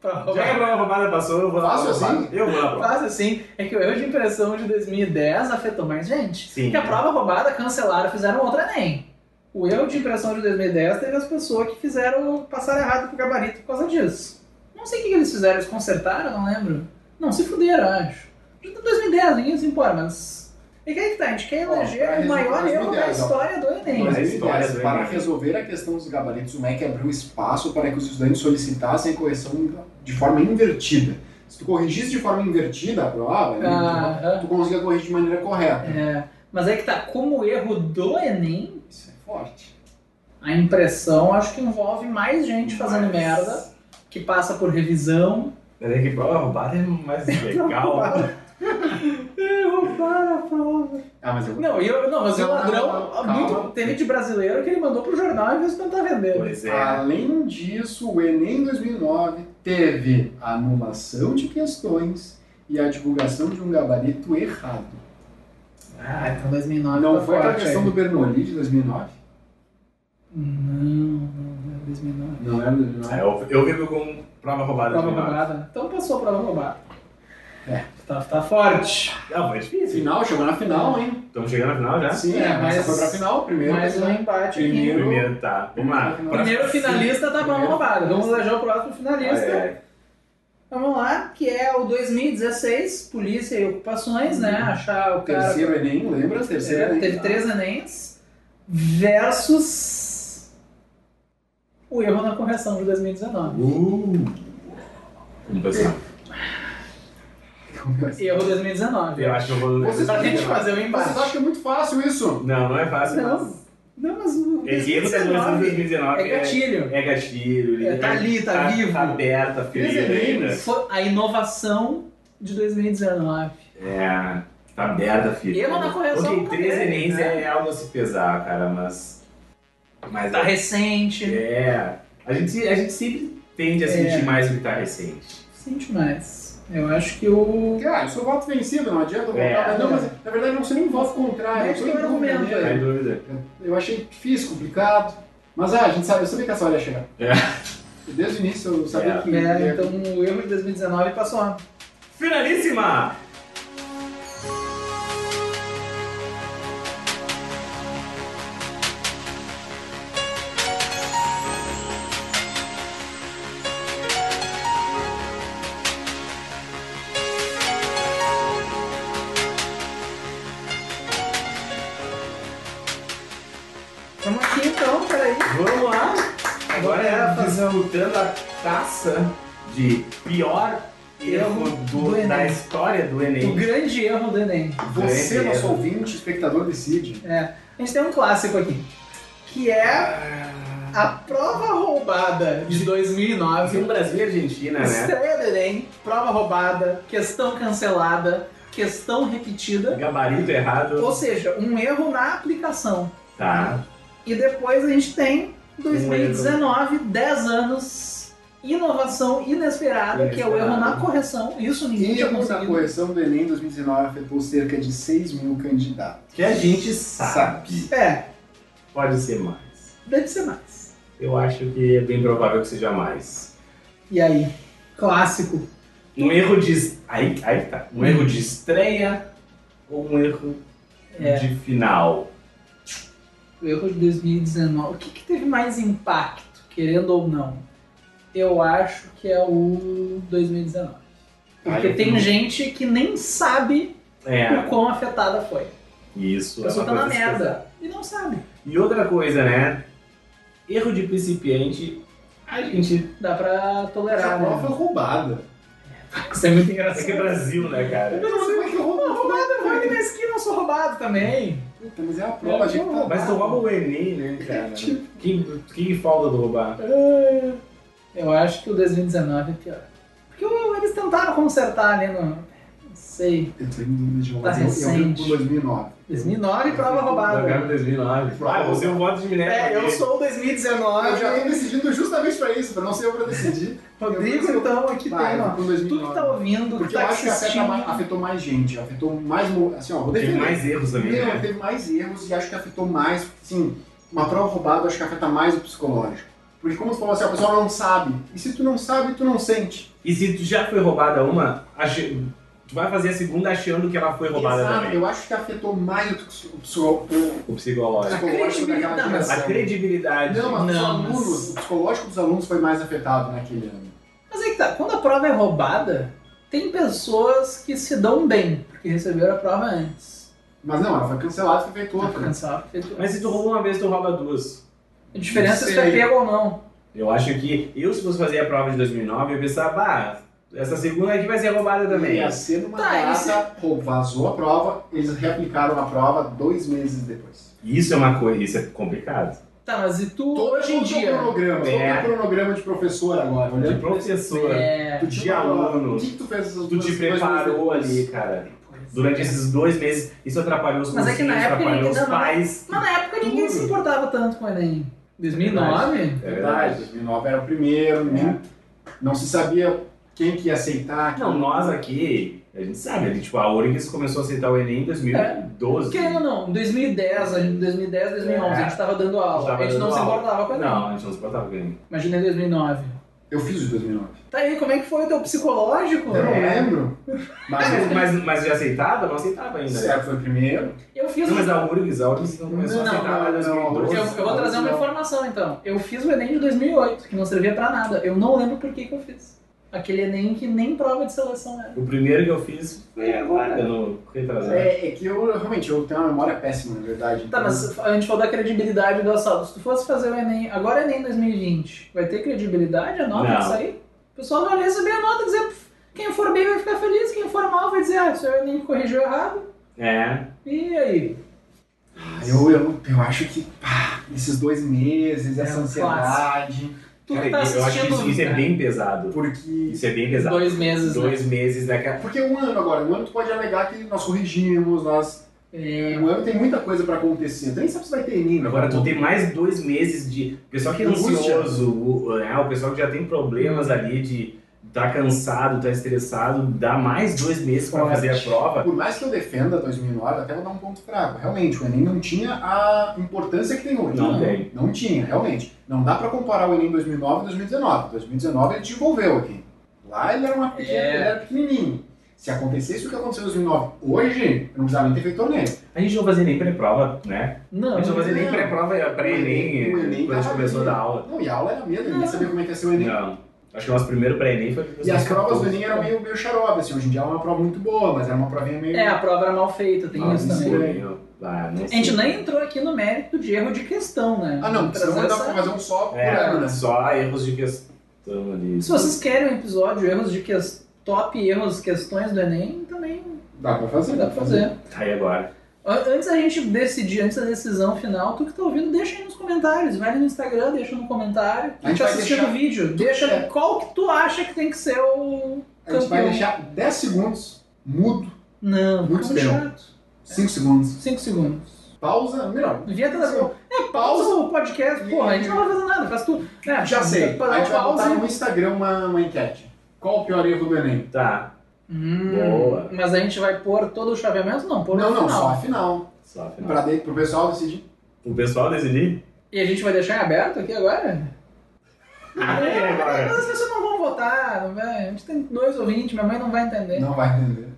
Prova
Já que a
roubada.
prova roubada passou, eu vou na
Fácil
prova roubada.
assim?
Eu vou na prova.
Faz assim, é que o erro de impressão de 2010 afetou mais gente.
Sim.
Porque a prova roubada cancelaram, fizeram outra nem. O erro de impressão de 2010 teve as pessoas que fizeram passar errado pro gabarito por causa disso. Não sei o que que eles fizeram, eles consertaram, não lembro. Não, se fuderam, acho. Já tá 2010, ninguém se importa, mas. E que aí que tá, a gente quer
Ó, pra
eleger o
resumir,
maior erro da
2010, ó.
história do Enem.
Mas a
2010,
história do
é para
Enem.
resolver a questão dos gabaritos, o MEC abriu espaço para que os estudantes solicitassem correção de forma invertida. Se tu corrigisse de forma invertida a prova, né,
Aham.
tu conseguia corrigir de maneira correta.
Ah, É, mas aí que tá, como erro do Enem,
Isso é forte.
a impressão acho que envolve mais gente fazendo
Mas-
merda, que passa por revisão,
Mas é que prova roubada é mais legal.
Roubaram a prova.
Ah, mas eu vou...
Não, e eu, não mas
Não,
o ladrão
não, não,
muito
calma.
teve de brasileiro que ele mandou pro jornal em vez de tentar vender.
pois é.
Além disso, o Enem 2009 teve a anulação de questões e a divulgação de um gabarito errado.
Ah, então 2009
Não
tá
foi a
forte
questão
aí.
do Bernoulli de 2009?
Não, não, não, 2009.
Não era do 2009.
É, eu, eu vivo com prova roubada. assim,
Prova
de final.
roubada. Então passou a prova roubada.
É.
Tá, tá forte.
Não, foi difícil.
Final, chegou na final, hein?
Estamos chegando na final já?
Sim,
É,
é, mas
mas-
essa foi pra final, primeiro. tá
Mais um embate aqui.
Primeiro-
Primeiro, tá. Vamos lá.
Primeiro
Próximo.
finalista da prova
Primeiro
roubada. Vamos
finalista.
eleger o próximo finalista.
Ah, é.
Vamos lá, que é o 2016, Polícia e Ocupações, né? Achar o
O
cara
terceiro Enem, lembra? Terceiro
É,
Enem.
teve três Enems versus o erro na correção de 2019.
Uh. Vamos pensar.
Erro 2019.
Eu acho que eu vou.
Vocês
Pra gente
acham-
fazer o embate.
Vocês acham que é muito fácil isso?
Não, não é fácil.
Não, não, mas o
É que ele tá em
2019
2019.
é gatilho.
É gatilho. ele
É, tá ali, tá vivo.
Tá aberta, ferida ainda.
Foi a inovação de 2019.
É, tá aberta, filho.
Erro na correção
Ok,
também,
três Enems
né?
é algo a se pesar, cara, mas. Mas
Tá recente.
é. A gente, a gente sempre tende a sentir mais o que tá recente.
Sente mais. Eu acho que o.
Cara, Ah, eu sou voto vencido, não adianta votar.
É.
mas não, mas na verdade não sei nem voto contrário.
Mas
eu sou
tem
em dúvida
argumento,
mesmo.
Tá em dúvida.
Eu achei difícil, complicado. Mas ah, a gente sabe, eu sabia que essa hora ia chegar.
É.
Desde o início eu sabia
É.
que.
É, então o erro de 2019 passou.
Finalíssima!
Vamos aqui então, peraí.
Vamos lá! Agora
Bora
é
fazer
disputando a taça de pior erro do-
do Enem.
da história do
O
Enem.
grande erro do Enem.
Você, é
Grande
nosso
erro.
ouvinte, espectador, decide.
É. A gente tem um clássico aqui, que é a prova roubada de 2009.
Brasil, Brasil e Argentina, né?
Estreia do Enem, prova roubada, questão cancelada, questão repetida.
Gabarito errado.
Ou seja, um erro na aplicação.
Tá.
E depois a gente tem 2019, 10 anos, inovação inesperada, que é o erro na correção. Isso ninguém
E
tinha
a
conseguido.
correção do Enem 2019 afetou cerca de 6 mil candidatos.
Que a gente sabe.
É,
Pode ser mais.
deve ser mais.
Eu acho que é bem provável que seja mais.
E aí, clássico.
Um erro de. es- Aí, aí que tá. Um erro de estreia ou um erro
É.
de final?
O erro de 2019. O que, que teve mais impacto, querendo ou não? Eu acho que é o 2019. Porque
Aí,
tem
hum,
gente que nem sabe o
É,
quão afetada foi.
isso.
A
é
pessoa tá
uma
na
coisa esquisita.
merda. E não sabe.
E outra coisa, né? Erro de principiante, a gente.
Dá pra
Essa
tolerar,
prova
né?
foi roubada.
Isso é muito
Isso aqui é
engraçado.
Brasil, né, cara?
Eu não sei como é que
Não,
roubou.
roubada, eu vou ali na esquina, eu sou roubado também.
Puta, mas é a prova, a gente tá
Mas tu rouba o Enem, né, cara? Quem, quem falta do roubar?
Eu acho que o 2019 é pior. Porque o- eles tentaram consertar ali no. Não sei.
Eu tô em dúvida de
Tá
roubada. eu, eu
recente.
fico com 2009.
2009, prova roubada.
2009. Ah, você é um voto de minério.
É, eu sou o
Eu
2019.
já tô decidindo justamente pra isso, pra não ser eu pra decidir.
Rodrigo, então, aqui
Vai,
tem,
eu
ó.
fico com
Tu que
2009.
tá ouvindo, que
Porque eu
tá
acho que afeta
assistindo.
mais- afetou mais gente, afetou mais. mo- Assim, ó, vou
Teve
defender.
mais erros também,
Não,
né?
teve mais erros e acho que afetou mais. Sim, uma prova roubada acho que afeta mais o psicológico. Porque, como tu falou assim, a pessoa não sabe. E se tu não sabe, tu não sente.
E se tu já foi roubada uma, ache- tu vai fazer a segunda achando que ela foi roubada
Exato,
também.
eu acho que afetou mais o psi- o psico- o
O psicológico.
psicológico daquela
Não, mas-
A
geração.
credibilidade.
Não, mas os
Não, mas-
alunos, o psicológico dos alunos foi mais afetado naquele ano.
Mas aí que tá, quando a prova é roubada, tem pessoas que se dão bem, porque receberam a prova antes. Tá
Mas não, ela foi cancelada e foi feito
Tá
Pra
outra.
cancelar, porque tu-
Mas se tu rouba uma vez, tu rouba duas.
A diferença é se tu
Sei.
é pego ou não.
Eu acho que eu, se fosse fazer a prova de 2009, eu ia pensar, bah, essa segunda aqui vai ser roubada também.
Ia ser uma
Tá, eles-
data, pô, vazou a prova, eles reaplicaram a prova dois meses depois.
Isso é uma coisa, isso é complicado.
Tá, mas e tu
Todo
hoje em
todo
dia?
cronograma,
É.
todo cronograma de professor agora, né?
De
olhando
professor,
É.
Tu
de
tinha uma-
aluno.
um. O que, que tu fez essas
tu te
duas- É dois
preparou
meses
ali,
depois?
cara.
é.
Durante esses dois meses, isso atrapalhou os
Mas é que na
cursinhos,
época
atrapalhou
ninguém
os
dava nada.
pais.
Mas na época ninguém se importava tanto com o Enem. 2009?
É
Verdade,
verdade.
2009 era o primeiro, né? Não se sabia quem que ia aceitar. quem-
Não, nós aqui, a gente sabe, ali, tipo, a URGS começou a aceitar o Enem em 2012.
Querendo ou não, em 2010, a gente- 2010, 2011,
É.
a gente tava dando
A gente
aula.
tava
A gente não
dando
se
aula.
importava com o Enem.
Não, a gente não se botava com o Enem.
Imagina em 2009.
Eu fiz o 2009.
Tá aí, como é que foi o teu psicológico?
Eu não né?
É.
lembro.
Ah, Mas,
Mas
mas, mas já aceitava? Não aceitava ainda. né?
Certo, foi o primeiro.
Eu fiz
Não,
um
mas a URGS, a URGS não começou
Não,
a aceitar
não,
lá em
não,
2012.
Eu, eu vou trazer uma
né?
Não.
informação então. Eu fiz o Enem de 2008, que não servia pra nada. Eu não lembro por que, que eu fiz. Aquele Enem que nem prova de seleção é. era.
O primeiro que eu fiz foi agora, no retrasado.
É, é que eu realmente eu tenho uma memória péssima, na verdade.
Tá,
então-
Hum.
mas a gente falou da credibilidade do assalto. Se tu fosse fazer o Enem, agora é Enem 2020, vai ter credibilidade a nota
Não.
disso aí? O pessoal vai receber a nota e dizer, "Pff, quem for bem vai ficar feliz, quem for mal vai dizer, ah, seu Enem corrigiu errado.
É.
E aí?
Ah, Eu, eu, eu acho que pá, esses dois meses,
É
essa
um
ansiedade.
Tu
Cara,
que tá
eu acho que
assistindo
isso, isso é bem pesado.
Porque.
Isso é bem pesado.
dois meses, né?
Dois meses daquela.
Porque um ano agora, um ano tu pode alegar que nós corrigimos, nós.
É,
Um ano tem muita coisa pra acontecer. Tu nem sabe se vai ter Enem. né?
Agora tu
Não.
tem mais dois meses de. O pessoal que é
Angústia.
ansioso, o, né, o pessoal que já tem
Hum.
problemas ali de tá cansado, tá estressado, dá mais dois meses pra
Forte.
fazer a prova.
Por mais que eu defenda 2009, até vou dar um ponto fraco. Realmente, o Enem não tinha a importância que tem hoje. né?
Não
Hum.
tem.
Não tinha, realmente. Não dá pra comparar o Enem 2009 e 2019. 2019 ele desenvolveu aqui. Lá ele era, uma pequena,
É.
ele era pequenininho. Se acontecesse o que aconteceu em 2009 hoje, eu não precisava nem ter feito torneio.
A gente não fazia nem pré-prova, né? A
Não, tá
gente não fazia nem
não.
pré-prova é pré-ENEM
O Enem
quando a gente
tava
começou a
ali.
dar aula.
Não, e a aula era medo, ninguém
Não.
sabia como é que ia ser o Enem.
Não. Acho que o nosso primeiro pré-ENEM foi.
E as provas do
2014.
Enem eram meio, meio xarope, assim. Hoje em dia é uma prova muito boa, mas era uma provinha meio...
é, a prova era mal feita, tem
Ah,
isso também.
isso é.
Ah, não
A gente
sei.
nem entrou aqui no mérito de erro de questão, né?
Ah não, senão
Trazer
dá
essa-
pra fazer um só por
É,
ano, né?
só erros de questão ali.
Se vocês querem um episódio de erros de questão, top erros, questões do Enem, também
Dá pra fazer?
dá pra fazer.
Tá aí agora.
An- Antes da gente decidir, antes da decisão final, tu que tá ouvindo, deixa aí nos comentários. Vai ali no Instagram, deixa no comentário.
A
Quem
gente
tá
vai
assistindo
deixar-
o vídeo, deixa
É.
qual que tu acha que tem que ser o
A gente vai
campeão.
deixar 10 segundos, mudo,
Não,
Muito
fica
tempo.
chato.
5 segundos.
5 segundos.
Pausa, melhor.
Vinheta da
Sim.
É, pausa o podcast. Porra, a gente não vai fazer nada, faz tu. É,
Já sei.
Pra
a
dar
gente vai
pausa.
botar no Instagram uma, uma enquete. Qual o pior erro do Enem?
Tá,
Hum,
Boa.
Mas a gente vai pôr todo o chaveamento? Não, pôr
não,
no
não,
final.
só a final.
só a final.
Pra de, pro pessoal decidir.
O pessoal decidir?
E a gente vai deixar em aberto aqui agora? Ah, é?
Aí
Mas as pessoas não vão votar, não vai. A gente tem dois ouvintes, minha mãe não vai entender.
Não vai entender.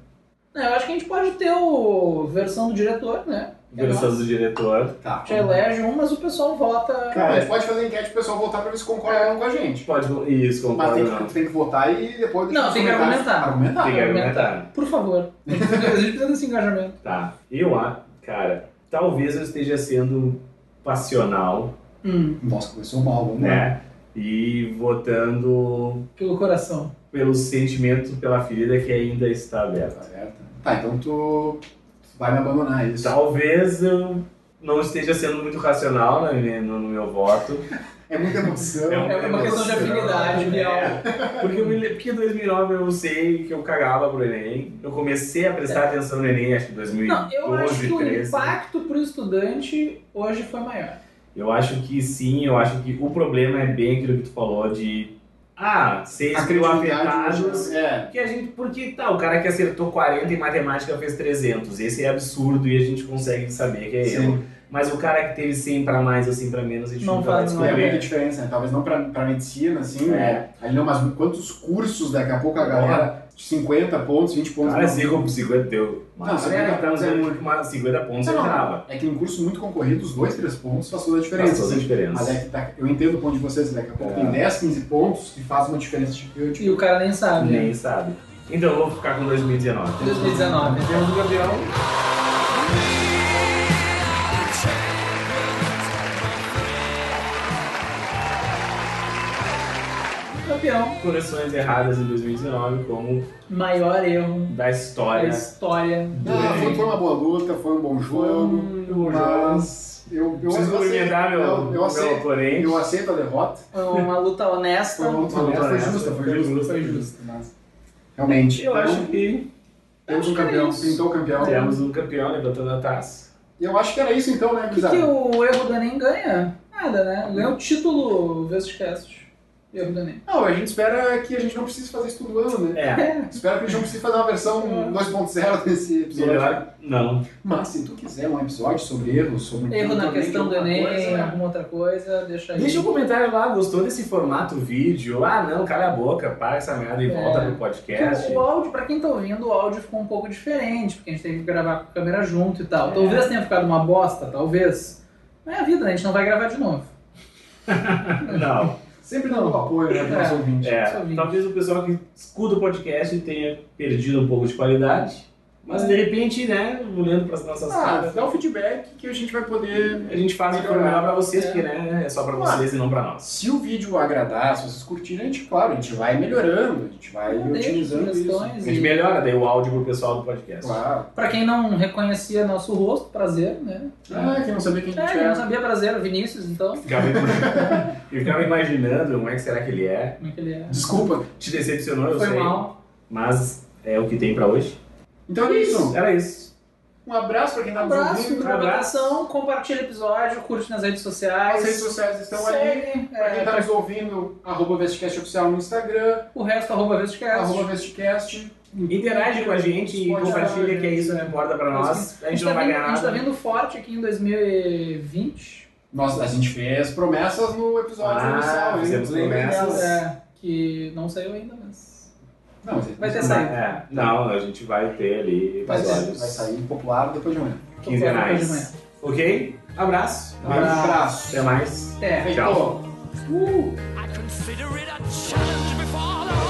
Não, eu acho que a gente pode ter o versão do diretor, né? É
Versão do diretor.
A
Tá.
gente elege um, mas o pessoal vota.
Cara, a gente pode fazer enquete pro pessoal votar pra ver se concorda ou não com a gente.
Pode. Isso,
Mas
concordo
tem
não.
que, tem que votar e depois deixar
Não,
os
tem que
comentários.
argumentar.
Argumentar.
Tem que argumentar.
Por favor. A gente precisa- a gente precisa desse engajamento.
Tá. Eu, a- cara, talvez eu esteja sendo passional,
Hum,
Nossa, começou mal, vamos lá.
né?
Uhum.
E votando
pelo coração.
pelo sentimento, pela ferida que ainda está
Tá
aberta.
certo. Tá, então tu tu vai me abandonar é isso.
Tá. Talvez eu não esteja sendo muito racional na minha- no, no meu voto.
É muita emoção.
É um-
É uma questão de
emoção,
afinidade,
né?
real.
Porque, eu me le- porque em 2009 eu sei que eu cagava pro Enem. Eu comecei a prestar atenção no Enem, acho que em 2012,
É. Não, eu acho que o
13.
impacto pro estudante hoje foi maior.
Eu acho que sim, eu acho que o problema é bem aquilo que tu falou de... Ah,
A
seis mil
credibilidade
afetados...
hoje- É.
Porque a gente, porque tá, o cara que acertou 40 em matemática fez 300. Esse é absurdo e a gente consegue saber que é erro.
Sim.
Mas o cara que teve 100 pra mais ou 100 pra menos, a gente
Não
nunca vai
faz
Não é
descobrir.
muita diferença, né? Talvez não pra, pra medicina, assim,
É.
né? Ali não, mas quantos cursos daqui a pouco a galera, 50 pontos, 20 pontos.
Cara, é
não.
50, 50 deu.
Não,
Mas
50 pontos é muito.
mas 50 pontos
Não, não,
entrava.
É que em curso muito concorrido, os dois, três pontos faz toda a diferença.
Faz toda a
assim.
diferença.
Mas é que tá- eu entendo o ponto de vocês, né? daqui a pouco
É.
tem 10, 15 pontos que faz uma diferença gigante.
E o cara nem sabe. né?
Nem sabe. Então eu vou ficar com 2019.
2019.
Temos o Gabriel.
Campeão.
Coleções erradas em 2019 como
Maior erro
da
da
É
história.
história. do
Ah,
Enem.
foi, foi uma boa luta, foi um bom jogo. Mas eu, eu,
Preciso
eu
cumprimentar meu,
eu, eu,
meu
aceito,
oponente.
eu aceito a derrota.
É Uma luta honesta.
Foi uma luta honesta, foi
honesta,
justa, foi
foi
justa,
justa.
foi justa. Mas, realmente,
Eu
então,
acho que
temos um
acho que é
campeão,
isso.
pintou o campeão.
temos um campeão levantando a taça.
E eu acho que era isso então, né,
O que,
gurizada?
que o erro do Enem ganha? Nada, né? Ganha o título Vestcast. Erro do Enem.
Não, a gente espera que a gente não precise fazer isso todo ano, né?
É.
Espero que a gente não precise fazer uma
É.
versão 2.0 desse episódio.
Melhor não.
Mas se tu quiser um episódio sobre erros, sobre
Erro na
também,
questão do
alguma
Enem,
coisa, né?
alguma outra coisa, deixa aí.
Deixa um comentário lá, gostou desse formato vídeo? Ah, não, cala a boca, para essa merda e
É.
volta pro
Porque
podcast.
o áudio, pra quem tá ouvindo, o áudio ficou um pouco diferente, porque a gente teve que gravar com a câmera junto e tal.
É.
Talvez tenha ficado uma bosta, talvez. Mas é a vida, né? A gente não vai gravar de novo.
Não.
sempre dando apoio né, pro nosso
É.
ouvinte.
É,
Só vim.
talvez o pessoal que escuta o podcast tenha perdido um pouco de qualidade. Mas de repente, né, olhando para as nossas
Ah,
caras,
dá o feedback que a gente vai poder.
a gente faz o que for melhor pra vocês,
É. Ah.
porque né, é só pra
Claro.
vocês e não pra nós.
Se o vídeo agradar, se vocês curtirem, a gente, claro, a gente vai melhorando, a gente vai
Deixa
otimizando isso. É
A
sugestões.
gente
e-
melhora daí o áudio pro pessoal do podcast.
Claro.
Pra quem não reconhecia nosso rosto, prazer, né?
Ah, quem não sabia quem a gente
É, eu não
era.
sabia prazer, o Vinícius, então.
Ficava, eu ficava imaginando como é que será que ele é.
Como é que ele é?
Desculpa.
Te decepcionou, eu
Foi
sei.
mal.
Mas é o que tem pra hoje.
Então é isso.
Era isso.
Um abraço pra quem
Um
tá nos
abraço,
ouvindo.
pra atenção, compartilha o episódio, curte nas redes sociais.
As redes sociais estão aí.
segue,
Pra
é,
quem tá nos ouvindo, arroba Vestcast Oficial no Instagram,
o resto, arroba Vestcast.
arroba Vestcast.
Interage com a gente e
Pode
compartilha
ajudar,
que é isso que importa pra nós. A gente não
tá
vai
vindo,
ganhar
a gente tá
né?
nada.
vindo forte aqui em 2020.
Nossa, a gente fez promessas no episódio
Ah,
inicial, hein?
fizemos
Lembrem
promessas.
delas.
É, que não saiu ainda, mas.
Não, mas
Vai ter
mas-
saído.
É, não, a gente vai ter ali
Vai, sair,
episódios
vai sair popular depois de amanhã.
Tô falando
quinzenais.
hoje
Ok? Abraço.
Um abraço.
Até
de
mais.
manhã. É.
Tchau.
Feito.
I consider it a challenge before the